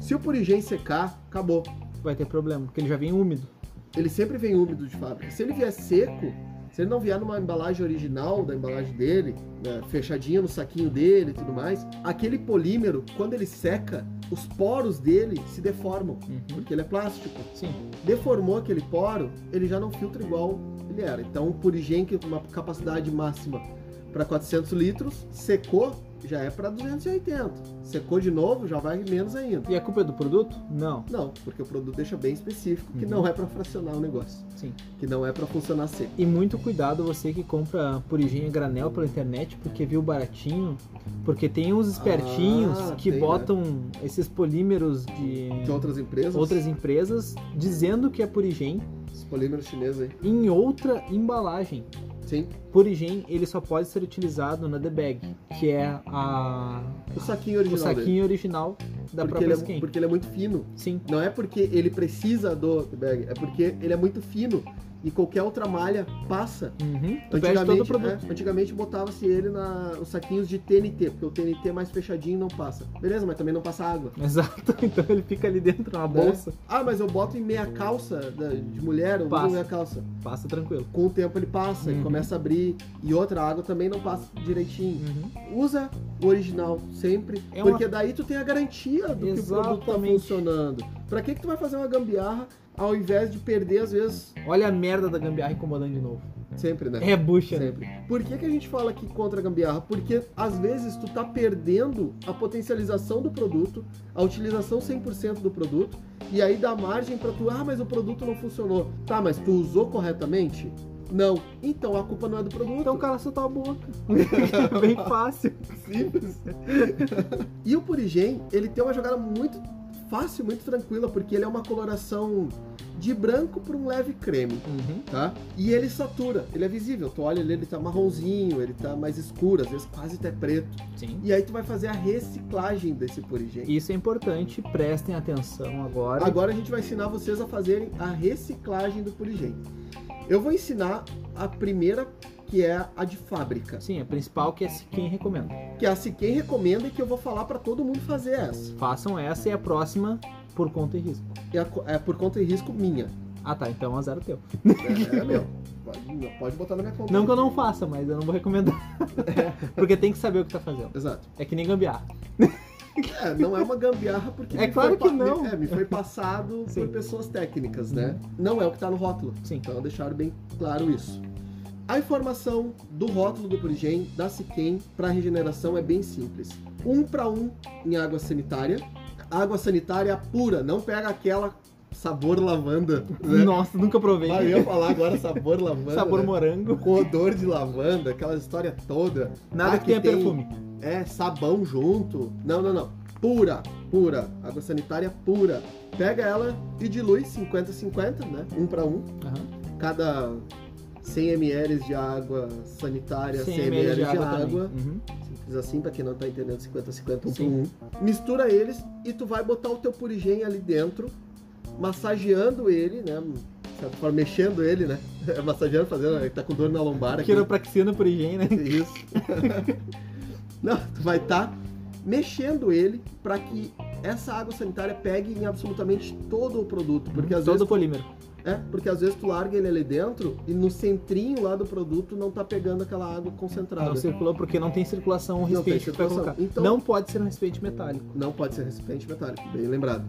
B: Se o Purigen secar, acabou.
A: Vai ter problema, porque ele já vem úmido.
B: Ele sempre vem úmido de fábrica. Se ele vier seco, se ele não vier numa embalagem original da embalagem dele, né, fechadinha no saquinho dele e tudo mais, aquele polímero, quando ele seca, os poros dele se deformam, porque ele é plástico.
A: Sim.
B: Deformou aquele poro, ele já não filtra igual ele era. Então, o purigen, que tem uma capacidade máxima para 400 litros, secou, já é para 280. Secou de novo, já vai menos ainda.
A: E a culpa é do produto? Não.
B: Não, porque o produto deixa bem específico que
A: Uhum.
B: não é para fracionar o negócio
A: Sim.
B: que não é pra funcionar seco.
A: E muito cuidado você que compra purigem a granel pela internet, porque viu baratinho. Porque tem uns espertinhos
B: Ah,
A: que
B: tem, né?
A: botam esses polímeros de,
B: De outras empresas,
A: outras empresas dizendo que é purigem
B: os polímeros chineses aí.
A: em outra embalagem.
B: Sim,
A: Purigem, ele só pode ser utilizado na The Bag, que é a
B: o saquinho
A: o
B: original dele.
A: saquinho original da
B: porque,
A: própria
B: ele é,
A: skin.
B: porque ele é muito fino.
A: Sim,
B: Não é porque ele precisa do bag, é porque ele é muito fino e qualquer outra malha passa.
A: Uhum. Tu perde todo o produto.
B: é, antigamente botava-se ele na, nos saquinhos de TNT, porque o TNT é mais fechadinho e não passa. Beleza, mas também não passa água.
A: Exato. Então ele fica ali dentro na
B: Né?
A: bolsa.
B: Ah, mas eu boto em meia calça da- de mulher, eu
A: Passa.
B: uso meia calça.
A: Passa tranquilo.
B: Com o tempo ele passa, ele
A: Uhum.
B: começa a abrir. E outra, a água também não passa direitinho.
A: Uhum.
B: usa o original sempre,
A: É uma-
B: porque daí tu tem a garantia do que o produto tá
A: Exatamente.
B: funcionando. Pra que que tu vai fazer uma gambiarra ao invés de perder às vezes
A: Olha a merda da gambiarra incomodando de novo.
B: sempre, né?
A: É bucha, né?
B: Sempre. Por que, que a gente fala aqui contra a gambiarra? Porque às vezes tu tá perdendo a potencialização do produto, a utilização 100% do produto, e aí dá margem pra tu, ah, mas o produto não funcionou. Tá, mas tu usou corretamente? Não. Então a culpa não é do produto.
A: Então, cara, só tua boca. É Bem fácil.
B: Simples. e o Purigen, ele tem uma jogada muito fácil, muito tranquila, porque ele é uma coloração de branco para um leve creme,
A: Uhum.
B: tá? E ele satura, ele é visível. Tu olha ele, ele tá marronzinho, ele tá mais escuro, às vezes quase até preto.
A: Sim.
B: E aí tu vai fazer a reciclagem desse Purigen.
A: Isso é importante, prestem atenção agora.
B: Agora a gente vai ensinar vocês a fazerem a reciclagem do Purigen. Eu vou ensinar a primeira, que é a de fábrica,
A: Sim, a principal que é se quem recomenda.
B: que é a Siquem recomenda e que eu vou falar para todo mundo fazer essa.
A: Façam essa e a próxima por conta e risco.
B: é, a co- é por conta e risco minha.
A: Ah tá, então azar o teu.
B: É, é meu. Pode, pode botar na minha conta.
A: Não que eu não faça, mas eu não vou recomendar. Porque tem que saber o que tá fazendo.
B: Exato.
A: É que nem gambiarra.
B: É, não é uma gambiarra porque.
A: É
B: me
A: claro
B: foi pa-
A: que não.
B: me- é, me foi passado
A: Sim.
B: por pessoas técnicas, né? Não é o que tá no rótulo.
A: Sim.
B: Então deixaram bem claro isso. A informação do rótulo do Purigen da Siquem para regeneração é bem simples. Um para um em água sanitária. Água sanitária pura, não pega aquela sabor lavanda. Né?
A: Nossa, nunca provei.
B: Mas eu ia falar agora sabor lavanda.
A: Sabor
B: né?
A: morango.
B: Com odor de lavanda, aquela história toda.
A: Nada
B: Ah,
A: que
B: que
A: tenha
B: tem-
A: perfume.
B: É, sabão junto. Não, não, não. Pura, pura. Água sanitária pura. Pega ela e dilui 50-50, né? Um para um.
A: Aham.
B: Cada 100 ml de água sanitária, 100 ml, de, água.
A: também. Uhum.
B: Simples assim, pra quem não tá entendendo, 50-50, um para
A: Sim.
B: um. Mistura eles e tu vai botar o teu purigem ali dentro, massageando ele, né? De certa forma, mexendo ele, né? massageando, fazendo, ele tá com dor na lombar aqui.
A: Quiropraxia por higiene, né?
B: Isso. Não, tu vai estar mexendo ele para que essa água sanitária pegue em absolutamente todo o produto, porque às
A: Todo
B: vezes
A: polímero.
B: é, porque às vezes tu larga ele ali dentro e no centrinho lá do produto não tá pegando aquela água concentrada.
A: Não circulou porque não tem circulação o
B: Não tem
A: recipiente que tu vai
B: circulação.
A: colocar.
B: Então-
A: Não pode ser um recipiente metálico.
B: Não pode ser recipiente metálico, bem lembrado.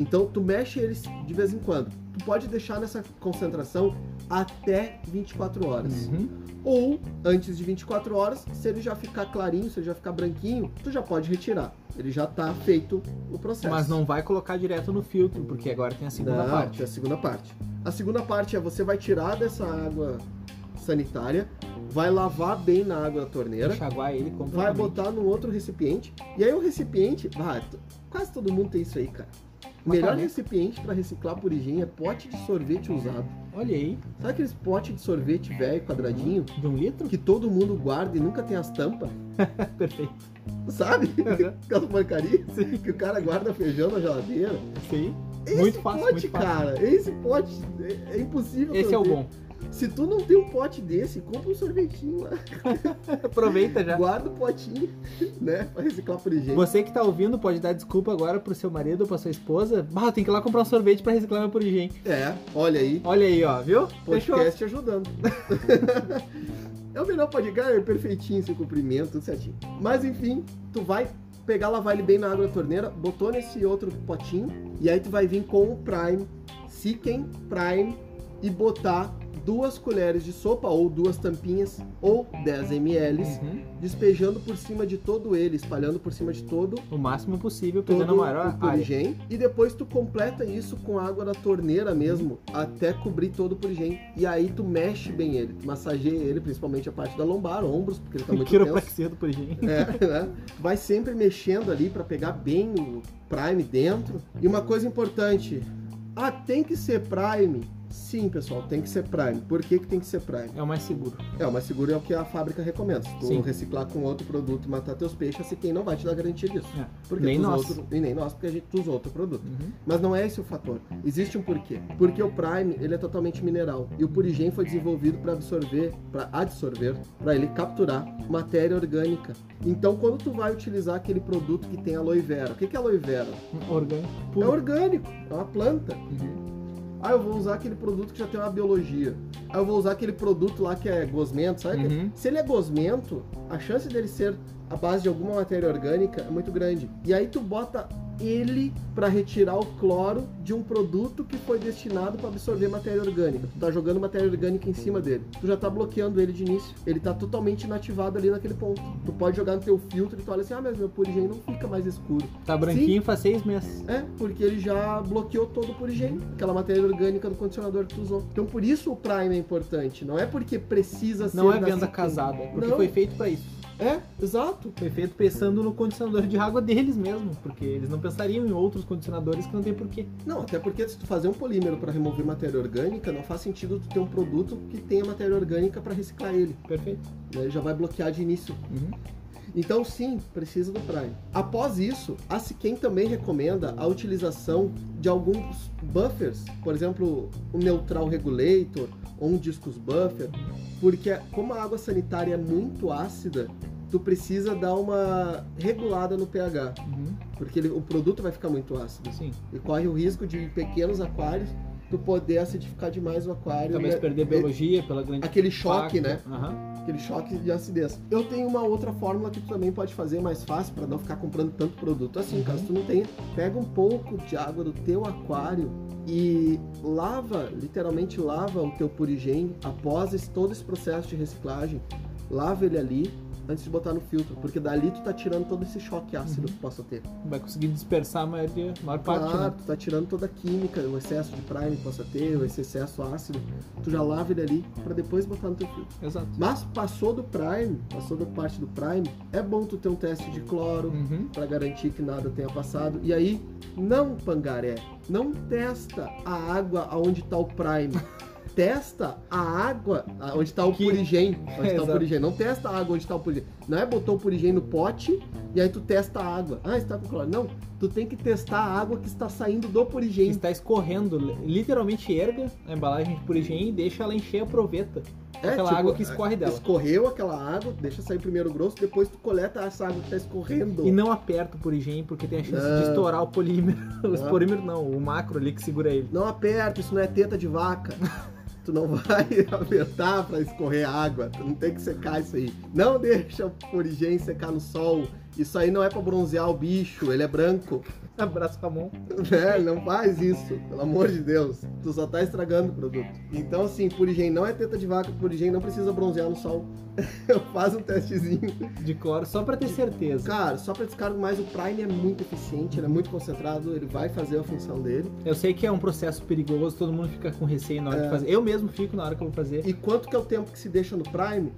B: Então tu mexe eles de vez em quando. Tu pode deixar nessa concentração até 24 horas.
A: Uhum.
B: Ou, antes de 24 horas, se ele já ficar clarinho, se ele já ficar branquinho, tu já pode retirar. Ele já tá feito o processo.
A: Mas não vai colocar direto no filtro, porque agora tem a segunda
B: Não,
A: parte.
B: É a segunda parte. A segunda parte é você vai tirar dessa água sanitária, vai lavar bem na água da torneira,
A: Enxaguar ele
B: vai
A: completamente.
B: botar num outro recipiente. E aí o recipiente, ah, t- quase todo mundo tem isso aí, cara.
A: Uma
B: Melhor
A: caneta.
B: recipiente para reciclar purigem é pote de sorvete usado.
A: Olha aí,
B: Sabe aqueles potes de sorvete velho, quadradinho,
A: de um litro?
B: que todo mundo guarda e nunca tem as tampas?
A: Perfeito.
B: Sabe?
A: Aham.
B: Aquela porcaria
A: Sim.
B: que o cara guarda feijão na geladeira.
A: Sim.
B: Esse
A: Muito fácil,
B: pote,
A: muito fácil.
B: cara, esse pote é- é, impossível.
A: Esse é o
B: fazer.
A: bom.
B: Se tu não tem um pote desse, compra um sorvetinho lá.
A: Aproveita já.
B: Guarda o potinho, né? Pra reciclar por higiene.
A: Você que tá ouvindo pode dar desculpa agora pro seu marido ou pra sua esposa. Bah, tem que ir lá comprar um sorvete pra reciclar meu purigem.
B: É, olha aí.
A: Olha aí, ó, viu? Fechou.
B: Podcast ajudando. é o melhor podcast, é perfeitinho, seu comprimento, tudo certinho. Mas enfim, tu vai pegar, lavar ele bem na água da torneira, botou nesse outro potinho, e aí tu vai vir com o Prime, Siquem Prime, e botar duas colheres de sopa, ou duas tampinhas, ou 10 ml,
A: Uhum.
B: despejando por cima de todo ele, espalhando por cima de todo
A: O máximo possível, pegando a
B: Uhum. todo
A: maior
B: o
A: área.
B: purigem e depois tu completa isso com água da torneira mesmo até cobrir todo o purigem e aí tu mexe bem ele, tu massageia ele principalmente a parte da lombar, ombros, porque ele tá muito tenso.
A: Quiropraxia do purigem.
B: É, né? Tu Vai sempre mexendo ali pra pegar bem o prime dentro. E uma coisa importante, ah, tem que ser prime. Sim, pessoal, tem que ser prime. Por que, que tem que ser prime?
A: É o mais seguro.
B: É, o mais seguro é o que a fábrica recomenda. Se tu
A: Sim.
B: reciclar com outro produto e matar teus peixes, assim quem não vai te dar garantia disso.
A: É.
B: Porque
A: Nem
B: tu usa
A: nós.
B: outro- e nem nós, porque a gente tu usa outro produto.
A: Uhum.
B: Mas não é esse o fator. Existe um porquê. Porque o Prime, ele é totalmente mineral. E o Purigen foi desenvolvido para absorver, para adsorver, para ele capturar matéria orgânica. Então, quando tu vai utilizar aquele produto que tem aloe vera, o que que é aloe vera?
A: Um Orgânico.
B: É
A: Puro.
B: orgânico, é uma planta.
A: Uhum.
B: Ah, eu vou usar aquele produto que já tem uma biologia. Ah, eu vou usar aquele produto lá que é gosmento, sabe? aquele-
A: Uhum.
B: Se ele é gosmento, a chance dele ser a base de alguma matéria orgânica é muito grande. E aí tu bota ele para retirar o cloro de um produto que foi destinado para absorver matéria orgânica. Tu tá jogando matéria orgânica em cima dele. Tu já tá bloqueando ele de início. Ele tá totalmente inativado ali naquele ponto. Tu pode jogar no teu filtro e tu olha assim: "Ah, mas meu purigem não fica mais escuro".
A: Tá branquinho faz seis meses.
B: É, porque ele já bloqueou todo o purigem, aquela matéria orgânica do condicionador que tu usou. Então por isso o prime é importante, não é porque precisa ser
A: Não é
B: da
A: venda
B: Siquem.
A: casada. é Porque
B: Não.
A: foi feito pra isso.
B: É, exato.
A: Foi feito pensando no condicionador de água deles mesmo. Porque eles não pensariam em outros condicionadores que não tem porquê.
B: Não, até porque se tu fazer um polímero para remover matéria orgânica, não faz sentido tu ter um produto que tenha matéria orgânica para reciclar ele,
A: Perfeito.
B: né? Ele já vai bloquear de início.
A: Uhum.
B: Então sim, precisa do prime. Após isso, a Siquem também recomenda a utilização de alguns buffers, por exemplo, o neutral regulator ou um discos buffer, porque como a água sanitária é muito ácida, tu precisa dar uma regulada no pH,
A: Uhum.
B: porque ele- o produto vai ficar muito ácido
A: Sim.
B: e corre o risco de pequenos aquários tu poder acidificar demais o aquário.
A: Talvez
B: né?
A: perder biologia pela grande.
B: Aquele choque, é né?
A: Aham.
B: Aquele choque de acidez. Eu tenho uma outra fórmula que tu também pode fazer mais fácil para não ficar comprando tanto produto assim,
A: Uhum.
B: caso tu não tenha. Pega um pouco de água do teu aquário e lava, literalmente lava o teu purigem após esse- todo esse processo de reciclagem. Lava ele ali antes de botar no filtro, porque dali tu tá tirando todo esse choque ácido
A: Uhum.
B: que possa ter.
A: Vai conseguir dispersar a maioria, a maior parte,
B: Claro,
A: né?
B: tu tá tirando toda a química, o excesso de prime que possa ter, esse excesso ácido, tu já lava ele ali para depois botar no teu filtro.
A: Exato.
B: Mas passou do prime, passou da parte do prime, é bom tu ter um teste de cloro
A: Uhum.
B: para garantir que nada tenha passado. E aí, não pangaré, não testa a água aonde tá o prime. Testa a água onde tá o
A: Que-
B: purigem. Onde tá o
A: Exato.
B: purigem. Não testa a água onde tá o purigem. Não é botou o purigem no pote e aí tu testa a água. Ah, está com cloro. Não, tu tem que testar a água que está saindo do
A: Que
B: purigem.
A: está escorrendo, literalmente erga a embalagem de purigem e deixa ela encher, aproveita.
B: É,
A: aquela água que escorre dela.
B: Escorreu aquela água, deixa sair primeiro o grosso, depois tu coleta essa água que tá escorrendo.
A: E não aperta o purigem porque tem a chance
B: Não.
A: de estourar o polímero. Os
B: Não.
A: polímero não, o macro ali que segura ele.
B: Não aperta, isso não é teta de vaca. Tu não vai apertar pra escorrer água. Tu não tem que secar isso aí. Não deixa o purigem secar no sol. Isso aí não é pra bronzear o bicho, ele é branco.
A: Abraço Ramon.
B: Né? Não faz isso, pelo amor de Deus. Tu só tá estragando o produto. Então, assim, purigem não é teta de vaca, purigem não precisa bronzear no sol. Faz um testezinho.
A: de cloro, só pra ter certeza.
B: Cara, só pra descargo mais, o Prime é muito eficiente, ele é muito concentrado, ele vai fazer a função dele.
A: Eu sei que é um processo perigoso, todo mundo fica com receio na hora
B: É.
A: de fazer. Eu mesmo fico na hora que eu vou fazer.
B: E quanto que é o tempo que se deixa no Prime?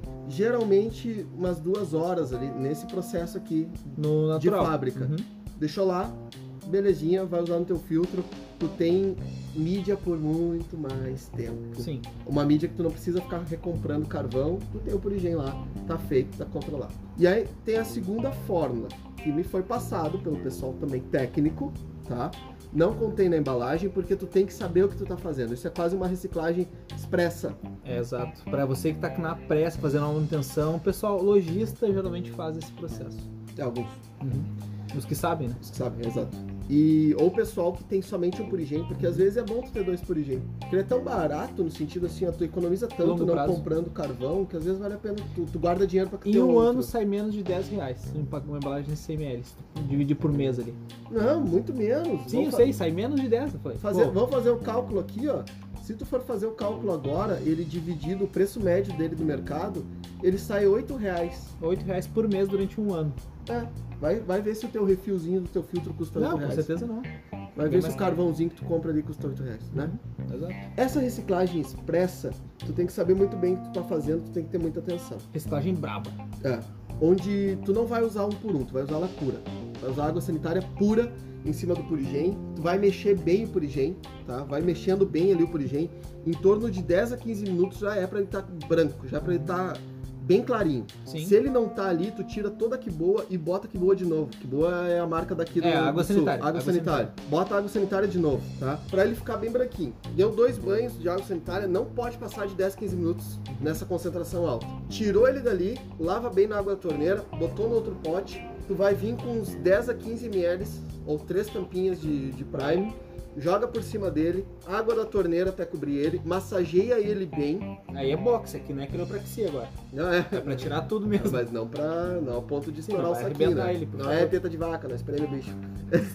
B: Geralmente umas duas horas ali, nesse processo aqui
A: No natural.
B: de fábrica.
A: Uhum.
B: Deixou lá, belezinha, vai usar no teu filtro. Tu tem mídia por muito mais tempo.
A: Sim.
B: Uma mídia que tu não precisa ficar recomprando carvão, tu tem o purigem lá, tá feito, tá controlado. E aí tem a segunda fórmula, que me foi passado pelo pessoal também técnico, tá? Não contém na embalagem, porque tu tem que saber o que tu tá fazendo. Isso é quase uma reciclagem expressa.
A: É, exato. Pra você que tá na pressa fazendo a manutenção, o pessoal lojista geralmente faz esse processo.
B: É, alguns
A: Uhum. Os que sabem, né?
B: sabe, exato. E, ou o pessoal que tem somente um purigem, porque às vezes é bom tu ter dois purigem. Porque ele é tão barato, no sentido assim, ó, tu economiza tanto
A: Longo
B: não
A: prazo.
B: comprando carvão, que às vezes vale a pena, tu, tu guarda dinheiro pra
A: Em
B: ter
A: um
B: outro.
A: ano sai menos de 10 reais uma uma embalagem de 100 ml. Dividir por mês ali.
B: Não, muito menos.
A: Sim, eu
B: Vamos fa-
A: sei, sai menos de 10. Eu falei,
B: Fazer,
A: pô,
B: vamos fazer o cálculo aqui, ó. Se tu for fazer o cálculo agora, ele dividido o preço médio dele do mercado, ele sai R$ 8 reais.
A: 8 reais por mês durante um ano.
B: É, vai, vai ver se o teu refilzinho do teu filtro custa 8
A: Não, com
B: reais.
A: certeza não. Bem
B: Vai ver se
A: mais
B: o
A: caro.
B: carvãozinho que tu compra ali custa 8 reais, né?
A: Exato.
B: Essa reciclagem expressa, tu tem que saber muito bem o que tu tá fazendo, tu tem que ter muita atenção.
A: Reciclagem braba.
B: É. Onde tu não vai usar um por um, tu vai usar ela pura. Vai usar água sanitária pura em cima do purigem. Tu vai mexer bem o purigem, tá? Vai mexendo bem ali o purigem. Em torno de 10 a 15 minutos já é pra ele estar branco, já é pra ele estar bem clarinho.
A: Sim.
B: Se ele não tá ali, tu tira toda que boa e bota que boa de novo. Que boa é a marca daqui do
A: É, água
B: do sul.
A: sanitária.
B: Água,
A: Água
B: sanitária. Bota a água sanitária de novo, tá? Pra ele ficar bem branquinho. Deu dois banhos de água sanitária, não pode passar de 10, 15 minutos nessa concentração alta. Tirou ele dali, lava bem na água da torneira, botou no outro pote. Tu vai vir com uns 10 a 15 ml ou três tampinhas de, de prime. Joga por cima dele, água da torneira até cobrir ele, massageia ele bem.
A: Aí é boxe aqui, não é quiropraxia agora.
B: Não é?
A: É pra tirar tudo mesmo.
B: Mas não pra. Não ao ponto de
A: Sim,
B: estourar
A: não
B: o
A: vai
B: saquinho,
A: arrebentar
B: né?
A: ele, por
B: não
A: favor.
B: é teta de vaca, não, espreme o bicho.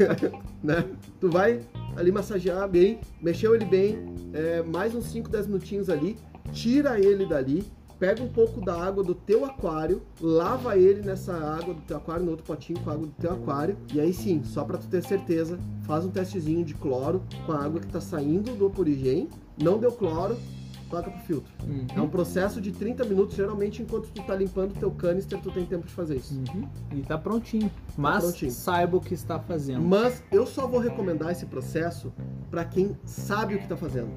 B: né? Tu vai ali massagear bem, mexeu ele bem, é, mais uns 5, 10 minutinhos ali, tira ele dali, pega um pouco da água do teu aquário, lava ele nessa água do teu aquário, no outro potinho com a água do teu aquário, e aí sim, só pra tu ter certeza, faz um testezinho de cloro com a água que tá saindo do purigem, não deu cloro, toca pro filtro.
A: Uhum.
B: É um processo de 30 minutos, geralmente enquanto tu tá limpando teu canister, tu tem tempo de fazer isso.
A: Uhum. E tá prontinho. Mas
B: prontinho.
A: saiba o que está fazendo.
B: Mas eu só vou recomendar esse processo pra quem sabe o que tá fazendo.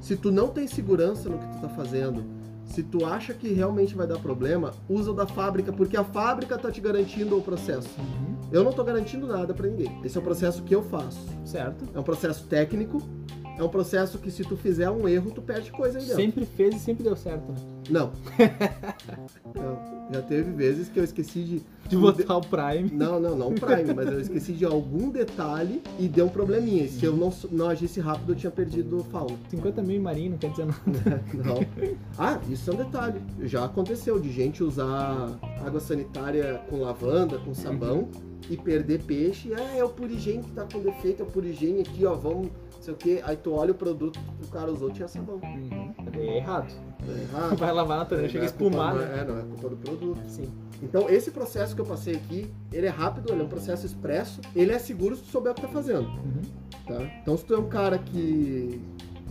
B: Se tu não tem segurança no que tu tá fazendo, se tu acha que realmente vai dar problema, usa o da fábrica, porque a fábrica tá te garantindo o processo.
A: Uhum.
B: Eu não tô garantindo nada pra ninguém. Esse é o processo que eu faço.
A: Certo.
B: É um processo técnico, é um processo que se tu fizer um erro, tu perde coisa aí dentro.
A: Sempre fez e sempre deu certo, né?
B: Não. não. Já teve vezes que eu esqueci de.
A: De botar o Prime.
B: Não, não, não o Prime, mas eu esqueci de algum detalhe e deu um probleminha. E se eu não, s- não agisse rápido, eu tinha perdido o fauna.
A: 50 mil em Marinho, não quer dizer nada.
B: Não. Ah, isso é um detalhe. Já aconteceu de gente usar água sanitária com lavanda, com sabão e perder peixe. Ah, é o purigem que tá com defeito, é o purigem aqui, ó, vamos, não sei o quê. Aí tu olha o produto que o cara usou, tinha sabão.
A: É errado.
B: É errado.
A: Vai lavar na torneira, chega a
B: Não Uhum. é culpa-
A: espumar.
B: não
A: né?
B: é- É, não é culpa do produto.
A: Sim.
B: Então, esse processo que eu passei aqui, ele é rápido, ele é um processo expresso, ele é seguro se tu souber o que tá fazendo,
A: Uhum.
B: tá? Então, se tu é um cara que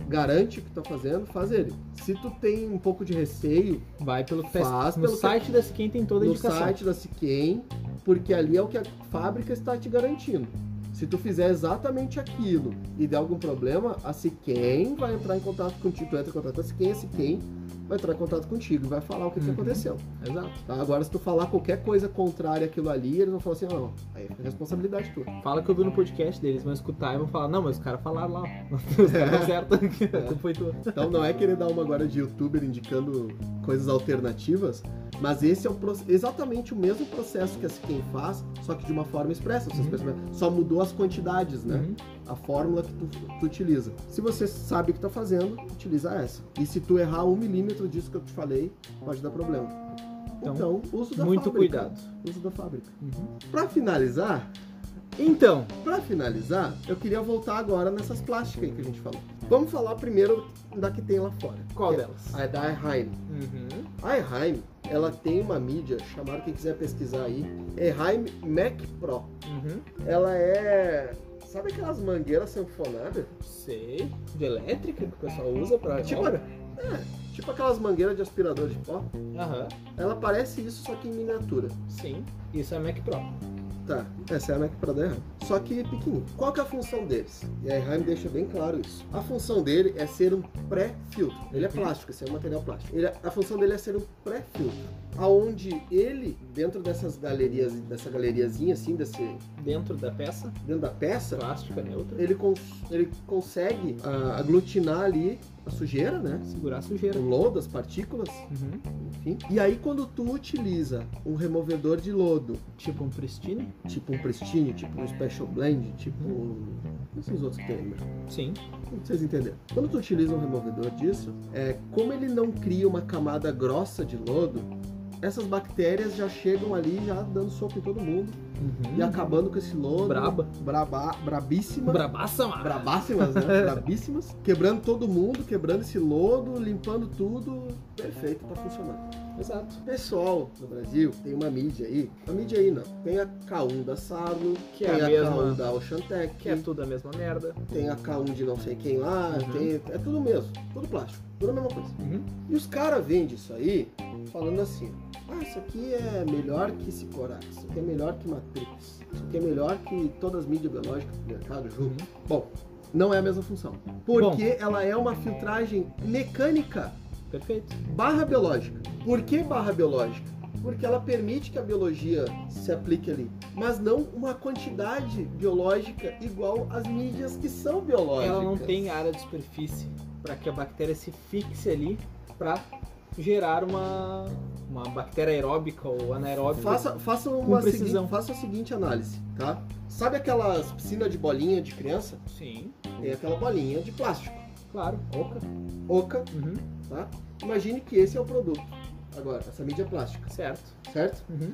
B: garante o que tá fazendo, faz ele. Se tu tem um pouco de receio,
A: Vai pelo que tá
B: Faz
A: No
B: pelo que-
A: site da Siquem tem toda a
B: no
A: indicação.
B: site da Siquem, porque ali é o que a fábrica está te garantindo. Se tu fizer exatamente aquilo e der algum problema, a Siquem vai entrar em contato contigo. Tu entra em contato com a Siquem, a Siquem vai entrar em contato contigo e vai falar o que, que
A: Uhum.
B: aconteceu.
A: Exato.
B: tá? Agora, se tu falar qualquer coisa contrária àquilo ali, eles vão falar assim, "Ah, não, aí é responsabilidade tua.
A: Fala que eu vi no podcast deles, vão escutar e vão falar, não, mas os caras falaram lá. Os caras estão certo. A culpa foi tua.
B: Então não é querer dar uma agora de youtuber indicando coisas alternativas, mas esse é o proce- exatamente o mesmo processo que a quem faz, só que de uma forma expressa. Vocês
A: Uhum.
B: percebem? Só mudou as quantidades, né?
A: Uhum.
B: A fórmula que tu, tu utiliza. Se você sabe o que tá fazendo, utiliza essa. E se tu errar um milímetro disso que eu te falei, pode dar problema.
A: Então,
B: Então, uso da
A: Muito
B: fábrica.
A: cuidado.
B: Uso da fábrica.
A: Uhum.
B: Pra finalizar,
A: Então,
B: Pra finalizar, eu queria voltar agora nessas plásticas aí que a gente falou. Vamos falar primeiro da que tem lá fora.
A: qual
B: Que é
A: delas?
B: A da Eheim.
A: Uhum.
B: A Eheim, ela tem uma mídia, chamaram quem quiser pesquisar aí, Eheim Mac Pro.
A: Uhum.
B: Ela é... Sabe aquelas mangueiras sanfonadas?
A: Sei. De elétrica que o pessoal usa pra.
B: Tipo-
A: obra?
B: Tipo aquelas mangueiras de aspirador de pó.
A: Aham.
B: Ela parece isso, só que em miniatura.
A: Sim. Isso é Mac Pro.
B: Tá, essa é a Mac Pro da Eheim. Só que pequenininho. Qual que é a função deles? E a Eheim deixa bem claro isso. A função dele é ser um pré-filtro. Ele é
A: Uhum.
B: plástico, esse é um material plástico. Ele- a função dele é ser um pré-filtro. Aonde ele, dentro dessas galerias, dessa galeriazinha assim, desse,
A: Dentro da peça,
B: dentro da peça,
A: plástica neutra.
B: ele, cons- ele consegue ah, aglutinar ali a sujeira, né?
A: Segurar a
B: O
A: sujeira.
B: lodo, as partículas,
A: Uhum.
B: enfim. E aí quando tu utiliza um removedor de lodo
A: Tipo um Pristine?
B: tipo um Pristine, tipo um Special Blend, tipo. Esses outros que tem aí, mas
A: Sim.
B: vocês entenderam. Quando tu utiliza um removedor disso, é, como ele não cria uma camada grossa de lodo, essas bactérias já chegam ali já dando soco em todo mundo
A: Uhum.
B: e acabando com esse lodo.
A: Braba.
B: Braba, brabíssima.
A: Brabaça, mano.
B: Brabássimas, né? Brabíssimas. Quebrando todo mundo, quebrando esse lodo, limpando tudo. Perfeito, tá funcionando.
A: Exato.
B: Pessoal no Brasil tem uma mídia aí. A mídia aí não. Tem a K1 da Sarlo,
A: Que é
B: tem
A: a
B: a,
A: mesma.
B: K1 da Oceantec,
A: Que é tudo a mesma merda.
B: tem a K1 de não sei quem lá,
A: Uhum.
B: tem, é tudo mesmo, tudo plástico, tudo a mesma coisa.
A: Uhum.
B: E os caras vendem isso aí falando assim: ah, isso aqui é melhor que Cicorax, isso aqui é melhor que Matrix, isso aqui é melhor que todas as mídias biológicas do mercado
A: Uhum.
B: junto. Bom, não é a mesma função. Porque ela é uma filtragem mecânica
A: Perfeito.
B: barra biológica. Por que barra biológica? Porque ela permite que a biologia se aplique ali, mas não uma quantidade biológica igual às mídias que são biológicas.
A: Ela não tem área de superfície para que a bactéria se fixe ali para gerar uma, uma bactéria aeróbica ou anaeróbica.
B: Faça, faça uma
A: precisão.
B: seguinte, faça a seguinte análise, tá? Sabe aquelas piscinas de bolinha de criança?
A: Sim,
B: Tem aquela bolinha de plástico,
A: claro.
B: oca, oca,
A: Uhum,
B: tá? Imagine que esse é o produto. Agora, essa mídia plástica,
A: certo.
B: Tá certo?
A: Uhum.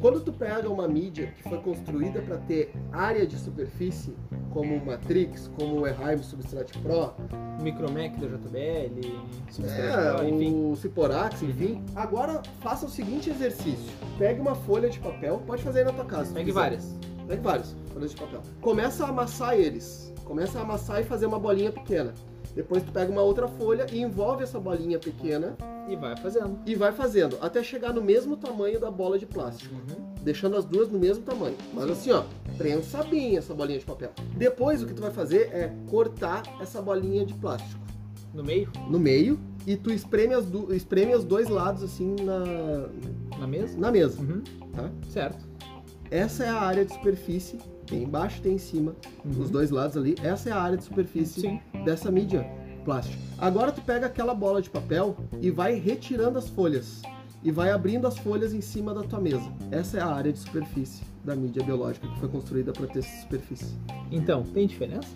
B: Quando tu pega uma mídia que foi construída para ter área de superfície, como o Matrix, como o Eheim Substrate Pro,
A: Micromec da JBL,
B: é,
A: Substrate, enfim.
B: o Ciporax, enfim. Agora faça o seguinte exercício: pegue uma folha de papel, pode fazer aí na tua casa. se
A: Pegue
B: quiser.
A: várias.
B: Pegue vários, folhas de papel. Começa a amassar eles. Começa a amassar e fazer uma bolinha pequena. Depois tu pega uma outra folha e envolve essa bolinha pequena
A: E vai fazendo.
B: e vai fazendo até chegar no mesmo tamanho da bola de plástico.
A: Uhum.
B: deixando as duas no mesmo tamanho. Mas assim, ó, prensa bem essa bolinha de papel. Depois o que tu vai fazer é cortar essa bolinha de plástico
A: No meio,
B: no meio e tu espreme, as du- espreme os dois lados assim na,
A: na mesa.
B: na mesa.
A: Uhum.
B: Tá.
A: Certo.
B: Essa é a área de superfície, tem embaixo, tem em cima,
A: Uhum.
B: os dois lados ali. Essa é a área de superfície
A: Sim.
B: dessa mídia plástica. Agora tu pega aquela bola de papel e vai retirando as folhas. e vai abrindo as folhas em cima da tua mesa. Essa é a área de superfície da mídia biológica que foi construída para ter essa superfície.
A: Então, tem diferença?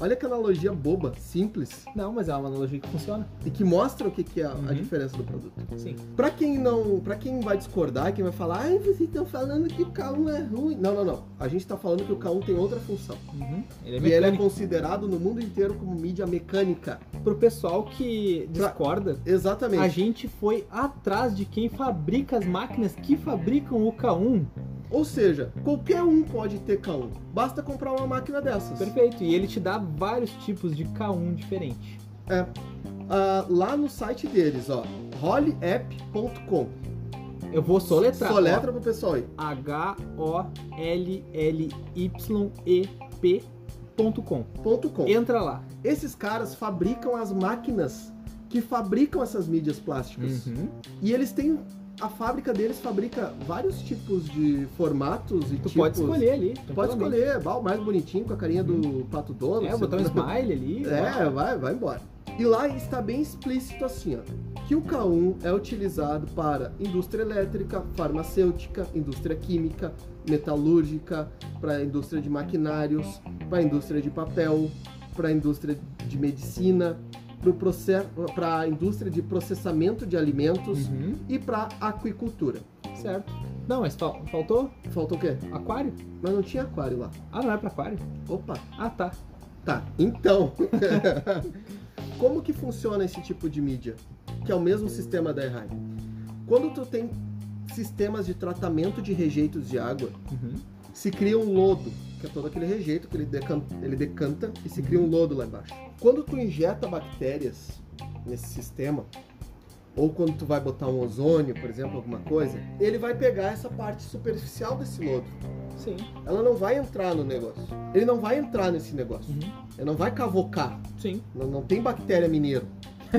B: Olha que analogia boba, simples,
A: Não, mas é uma analogia que funciona.
B: e que mostra o que, que é a-
A: Uhum.
B: a diferença do produto.
A: Sim.
B: Pra quem não, para quem vai discordar, quem vai falar, ai, vocês estão falando que o K1 é ruim. Não, não, não. A gente tá falando que o K1 tem outra função.
A: Uhum. Ele é
B: E ele é
A: mecânico.
B: considerado no mundo inteiro como mídia mecânica.
A: Pro pessoal que discorda, a
B: Exatamente.
A: gente foi atrás de quem fabrica as máquinas que fabricam o K1.
B: Ou seja, qualquer um pode ter K1. Basta comprar uma máquina dessas.
A: Perfeito. E ele te dá vários tipos de K1 diferente.
B: Ah, lá no site deles, ó, hollyapp.com.
A: Eu vou soletrar. ó.
B: Soletra pro pessoal aí.
A: H-O-L-L-Y-E-P.com.
B: Ponto .com.
A: Entra lá.
B: Esses caras fabricam as máquinas que fabricam essas mídias plásticas.
A: Uhum.
B: E eles têm. A fábrica deles fabrica vários tipos de formatos e
A: Tu
B: tipos.
A: pode escolher ali.
B: Tipo Tu Pode
A: tranquilamente.
B: escolher, bah, o mais bonitinho com a carinha do Pato Dono.
A: É, botar um smile ali.
B: É, vai, vai embora. E lá está bem explícito assim, ó. Que o K1 é utilizado para indústria elétrica, farmacêutica, indústria química, metalúrgica, para indústria de maquinários, para indústria de papel, para indústria de medicina, para a indústria de processamento de alimentos
A: Uhum,
B: e para aquicultura.
A: certo. Não, mas fal- faltou
B: Faltou o quê?
A: aquário?
B: Mas não tinha aquário lá.
A: Ah, não é pra aquário?
B: Opa,
A: Ah, tá.
B: Tá, então. Como que funciona esse tipo de mídia? Que é o mesmo sistema da Errai. Quando tu tem sistemas de tratamento de rejeitos de água,
A: Uhum.
B: se cria um lodo, que é todo aquele rejeito que ele decanta, ele decanta e se cria um lodo lá embaixo. Quando tu injeta bactérias nesse sistema, ou quando tu vai botar um ozônio, por exemplo, alguma coisa, ele vai pegar essa parte superficial desse lodo.
A: Sim.
B: Ela não vai entrar no negócio. Ele não vai entrar nesse negócio.
A: Uhum.
B: Ele não vai cavocar.
A: Sim.
B: Não, não tem bactéria mineiro,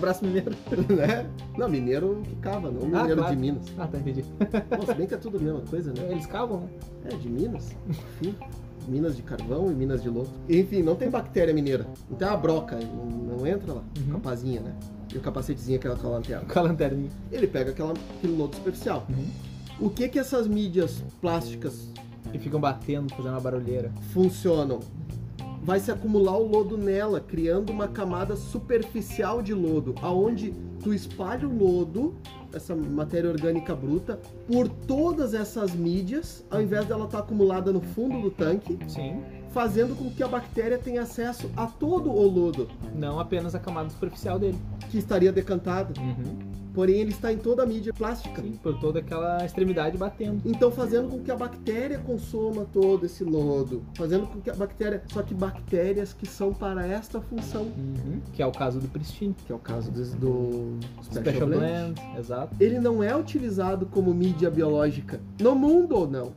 A: Braço mineiro.
B: né? Não, mineiro que cava, não mineiro
A: claro.
B: de Minas.
A: Ah, tá, entendi.
B: Pô, se bem que é tudo a mesma coisa, né?
A: Eles cavam, né?
B: É, de Minas. Enfim, minas de carvão e minas de lodo. Enfim, não tem bactéria mineira. Não tem a broca, não, não entra lá.
A: Uhum.
B: Capazinha, né? E o capacetezinho que ela tá com a lanterna.
A: Com a lanterninha.
B: Ele pega aquela, aquele lodo superficial.
A: Uhum.
B: O que que essas mídias plásticas
A: E ficam batendo, fazendo uma barulheira.
B: funcionam? Vai se acumular o lodo nela, criando uma camada superficial de lodo, aonde tu espalha o lodo, essa matéria orgânica bruta, por todas essas mídias, ao invés dela estar acumulada no fundo do tanque,
A: Sim.
B: fazendo com que a bactéria tenha acesso a todo o lodo
A: Não apenas a camada superficial dele.
B: que estaria decantado.
A: Uhum.
B: Porém, ele está em toda a mídia plástica.
A: Sim, por toda aquela extremidade batendo.
B: Então fazendo com que a bactéria consoma todo esse lodo, fazendo com que a bactéria, só que bactérias que são para esta função,
A: Uhum. Que é o caso do Pristine.
B: que é o caso dos- do, Special,
A: Special
B: Blend.
A: Blend. Exato.
B: Ele não é utilizado como mídia biológica no mundo, não.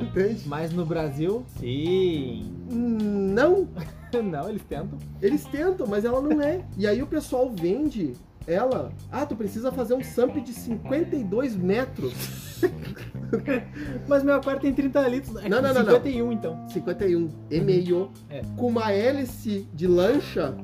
B: Entende?
A: Mas no Brasil, sim.
B: Hum, Não,
A: Não, eles tentam.
B: eles tentam, mas ela não é. E aí o pessoal vende ela. Ah, tu precisa fazer um samp de 52 metros.
A: Mas meu aquário tem 30 litros. É
B: Não, não, não, não.
A: 51, então.
B: 51 e meio.
A: É.
B: Com uma hélice de lancha.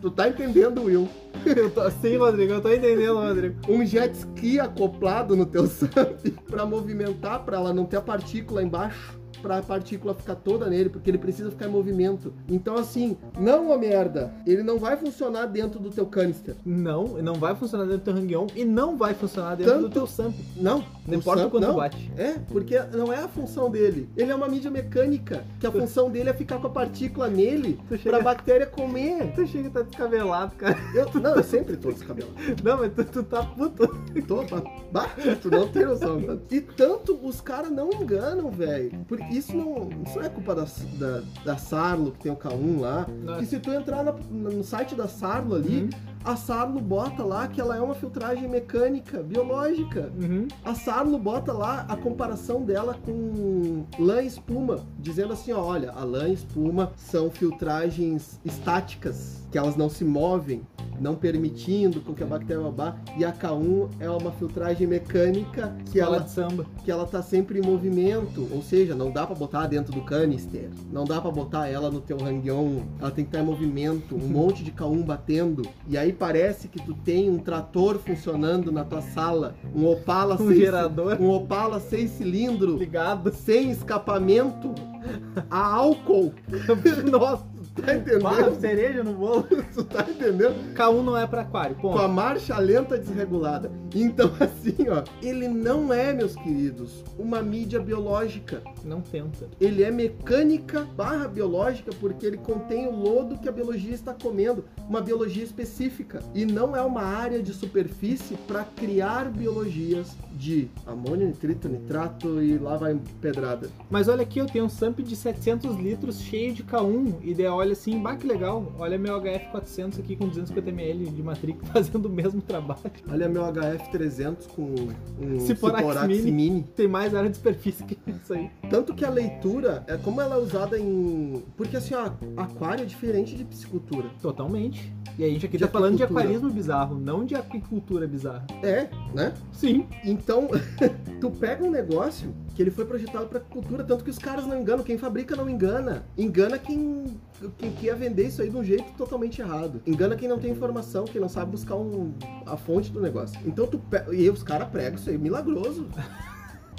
B: Tu tá entendendo, Will?
A: Eu tô sim, Rodrigo. Eu tô entendendo, Rodrigo.
B: um jet ski acoplado no teu SAMP para movimentar, para ela não ter a partícula embaixo, para a partícula ficar toda nele, porque ele precisa ficar em movimento. Então assim, não ô merda, ele não vai funcionar dentro do teu canister.
A: Não, não vai funcionar dentro do teu hang-on e não vai funcionar dentro
B: Tanto-
A: do teu samp.
B: Não,
A: Não
B: o
A: importa
B: SAMP
A: o quanto
B: não.
A: bate.
B: É, porque não é a função dele. Ele é uma mídia mecânica, que a função dele é ficar com a partícula nele
A: Tu
B: para
A: chega,
B: a bactéria comer.
A: tu chega e tá descabelado, cara.
B: Eu, não, eu sempre tô descabelado.
A: Não, mas tu, tu tá puto.
B: Tô, ba- bah, tu não tem noção. tá? E tanto os caras não enganam, velho. Por isso não, isso não é culpa da, da, da Sarlo, que tem o K1 lá. Que se tu entrar na- no site da Sarlo ali,
A: Uhum,
B: a Sarlo bota lá que ela é uma filtragem mecânica, biológica.
A: uhum.
B: A Sarlo bota lá a comparação dela com lã e espuma, dizendo assim, ó, olha, a lã e espuma são filtragens estáticas, que elas não se movem. não permitindo com que a bactéria babá. E a K1 é uma filtragem mecânica que
A: Escola
B: ela,
A: de samba.
B: que ela tá sempre em movimento, ou seja, não dá pra botar dentro do canister, não dá pra botar ela no teu hang-on, ela tem que estar em movimento, um monte de K1 batendo. E aí parece que tu tem um trator funcionando na tua sala, um Opala
A: Um
B: seis-
A: gerador
B: um Opala 6 cilindro
A: ligado.
B: sem escapamento a álcool.
A: Nossa,
B: Tá
A: pá,
B: entendendo?
A: cereja no bolo.
B: Tu tá entendendo?
A: K1 não é pra aquário,
B: Com
A: ponto.
B: a marcha lenta desregulada. Então, assim, ó, ele não é, meus queridos, uma mídia biológica.
A: Não tenta.
B: Ele é mecânica barra biológica porque ele contém o lodo que a biologia está comendo, uma biologia específica. E não é uma área de superfície para criar biologias de amônio, nitrito, nitrato e lá vai pedrada.
A: Mas olha aqui, eu tenho um SAMP de 700 litros cheio de K1. E daí olha assim, bah, que legal. Olha meu HF400 aqui com 250ml de matrícula fazendo o mesmo trabalho.
B: Olha meu HF300 com um
A: Ciporax Mini.
B: Mini.
A: Tem mais área de superfície que isso aí.
B: Tanto que a leitura, é como ela é usada em. Porque assim, ó, aquário é diferente de piscicultura.
A: Totalmente. E a gente aqui
B: De
A: tá falando de
B: aquicultura.
A: aquarismo bizarro, não de aquicultura bizarra.
B: É, né?
A: Sim.
B: Então, tu pega um negócio que ele foi projetado pra cultura, tanto que os caras não enganam, quem fabrica não engana. Engana quem, quem quer vender isso aí de um jeito totalmente errado. Engana quem não tem informação, quem não sabe buscar um- a fonte do negócio. Então tu pega. E os caras pregam isso aí, milagroso.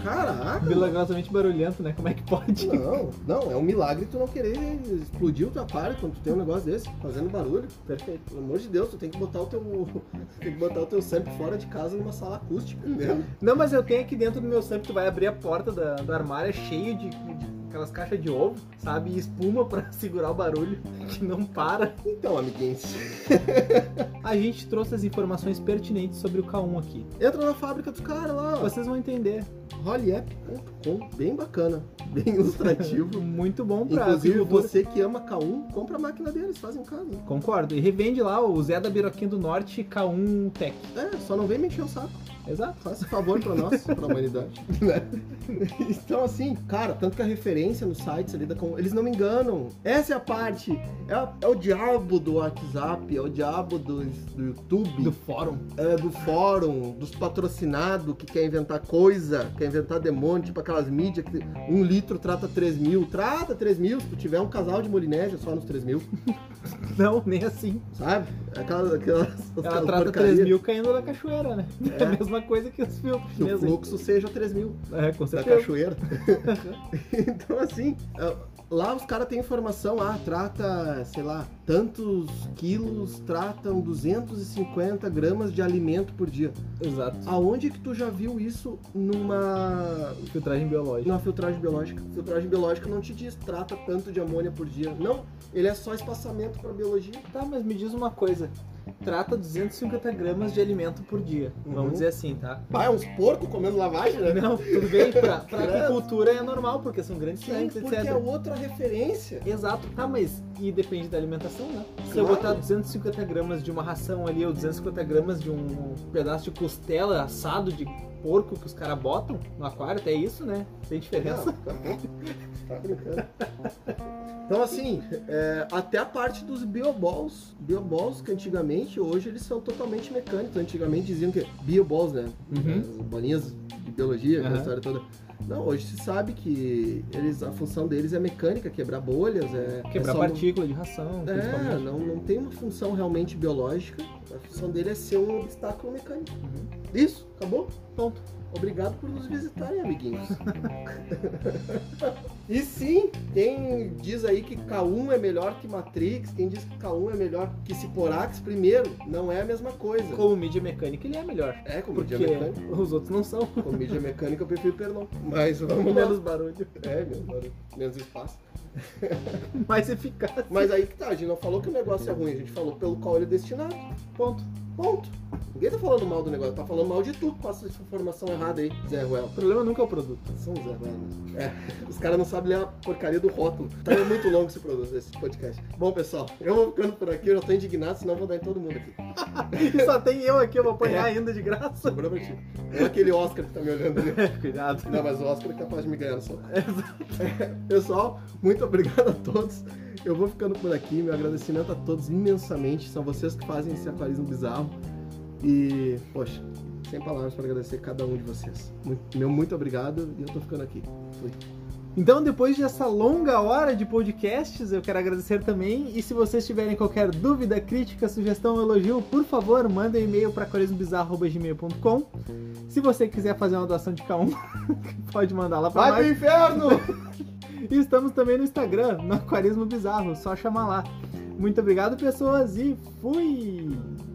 B: Caraca!
A: Milagrosamente barulhento, né? Como é que pode?
B: Não, não, é um milagre tu não querer explodir o teu aquário quando tu tem um negócio desse, fazendo barulho.
A: Perfeito.
B: Pelo amor de Deus, tu tem que botar o teu. tem que botar o teu sempre fora de casa numa sala acústica, né?
A: Não, mas eu tenho aqui dentro do meu SAMP, tu vai abrir a porta da, do armário é cheio de, de aquelas caixas de ovo, sabe? E espuma pra segurar o barulho, que não para.
B: Então, amiguinhos,
A: A gente trouxe as informações pertinentes sobre o K1 aqui.
B: entra na fábrica dos caras lá, ó,
A: Vocês vão entender.
B: holyapp.com, bem bacana, bem ilustrativo.
A: Muito bom pra
B: Inclusive,
A: aquicultura.
B: você que ama K1, compra a máquina deles, fazem um caso.
A: Concordo. E revende lá o Zé da Biroquinha do Norte K1 Tech.
B: É, só não vem mexer o saco.
A: Exato.
B: Faça um favor pra nós, pra humanidade. né? Então, assim, cara, tanto que a referência nos sites ali da. com- Eles não me enganam. Essa é a parte. É, a- é o diabo do WhatsApp, é o diabo do, do YouTube,
A: Do
B: do,
A: fórum.
B: é, do fórum, dos patrocinados que quer inventar coisa, quer inventar demônio, tipo aquelas mídias que um litro trata 3 mil. Trata 3 mil, se tu tiver um casal de Molinésia só nos 3 mil,
A: Não, nem assim.
B: sabe? Aquelas. aquelas
A: Ela
B: aquelas
A: trata
B: porcaria,
A: 3 mil caindo na cachoeira, né? É, a
B: É.
A: mesma coisa que os filtros
B: Que o
A: chineses.
B: fluxo seja 3 mil.
A: É, com
B: da
A: certeza.
B: Tá cachoeira. então, assim, é, lá os caras têm informação, ah, trata, sei lá, tantos quilos, tratam 250 gramas de alimento por dia.
A: Exato.
B: Aonde que tu já viu isso numa,
A: Filtragem biológica.
B: numa filtragem biológica? Filtragem biológica não te diz, trata tanto de amônia por dia. Não, ele é só espaçamento para biologia.
A: Tá, mas me diz uma coisa. Trata 250 gramas de alimento por dia.
B: Uhum.
A: Vamos dizer assim, tá?
B: Pai, é uns porcos comendo lavagem, né?
A: Não, tudo bem, pra, pra
B: Credo.
A: aquicultura é normal, porque são grandes
B: Sim,
A: tanques,
B: porque é
A: etc.
B: outra referência.
A: Exato, tá, mas e depende da alimentação, né? Se eu
B: Claro.
A: botar 250 gramas de uma ração ali, ou 250 gramas de um pedaço de costela assado de porco que os caras botam no aquário, até isso, né? Tem diferença?
B: Não, tá bom. Tá brincando. Então, assim, é, até a parte dos bioballs. Bioballs que antigamente, hoje, eles são totalmente mecânicos. Antigamente diziam que bioballs, né?
A: Uhum.
B: As bolinhas de biologia, aquela
A: Aham.
B: história toda. Não, hoje se sabe que eles, a função deles é mecânica, quebrar bolhas, é...
A: Quebrar
B: é só-
A: partícula de ração,
B: É,
A: principalmente.
B: não, não tem uma função realmente biológica. A função dele é ser um obstáculo mecânico.
A: Uhum.
B: Isso, acabou?
A: Ponto.
B: Obrigado por nos visitarem, amiguinhos. e sim, quem diz aí que K1 é melhor que Matrix, quem diz que K1 é melhor que Ciporax, primeiro, não é a mesma coisa.
A: Como mídia mecânica, ele é melhor.
B: É, como
A: Porque
B: mídia mecânica.
A: os outros não são.
B: Como mídia mecânica, eu prefiro Perlon. Mas vamos lá.
A: Menos barulho,
B: É, meu, mano, menos espaço.
A: mais eficaz.
B: Mas aí que tá, a gente não falou que o negócio é ruim, a gente falou pelo qual ele é destinado.
A: Ponto.
B: Ponto. Ninguém tá falando mal do negócio, tá falando mal de tudo. Passa essa informação errada aí, Zé Ruel.
A: O problema nunca é o produto.
B: São Zé Ruel. né? É, os caras não sabe ler a porcaria do rótulo. Tá muito longo esse produto, esse podcast. Bom, pessoal, eu vou ficando por aqui, eu já tô indignado, senão eu vou dar em todo mundo aqui.
A: E só tem eu aqui, eu vou apanhar ainda de graça.
B: Sobrou pra ti. Não é aquele Oscar que tá me olhando ali.
A: Cuidado.
B: Não, mas o Oscar é capaz de me ganhar no soco. Pessoal, muito obrigado a todos. Eu vou ficando por aqui. Meu agradecimento a todos imensamente. São vocês que fazem esse aquarismo bizarro. E, poxa, sem palavras para agradecer cada um de vocês. Muito- meu muito obrigado e eu tô ficando aqui. Fui.
A: Então, depois dessa longa hora de podcasts, eu quero agradecer também. E se vocês tiverem qualquer dúvida, crítica, sugestão ou elogio, por favor, manda um e-mail para corismobizarro.gmail.com. Se você quiser fazer uma doação de K1, pode mandar lá para nós.
B: inferno!
A: E estamos também no Instagram, no Aquarismo Bizarro, só chamar lá. Muito obrigado, pessoas, e fui!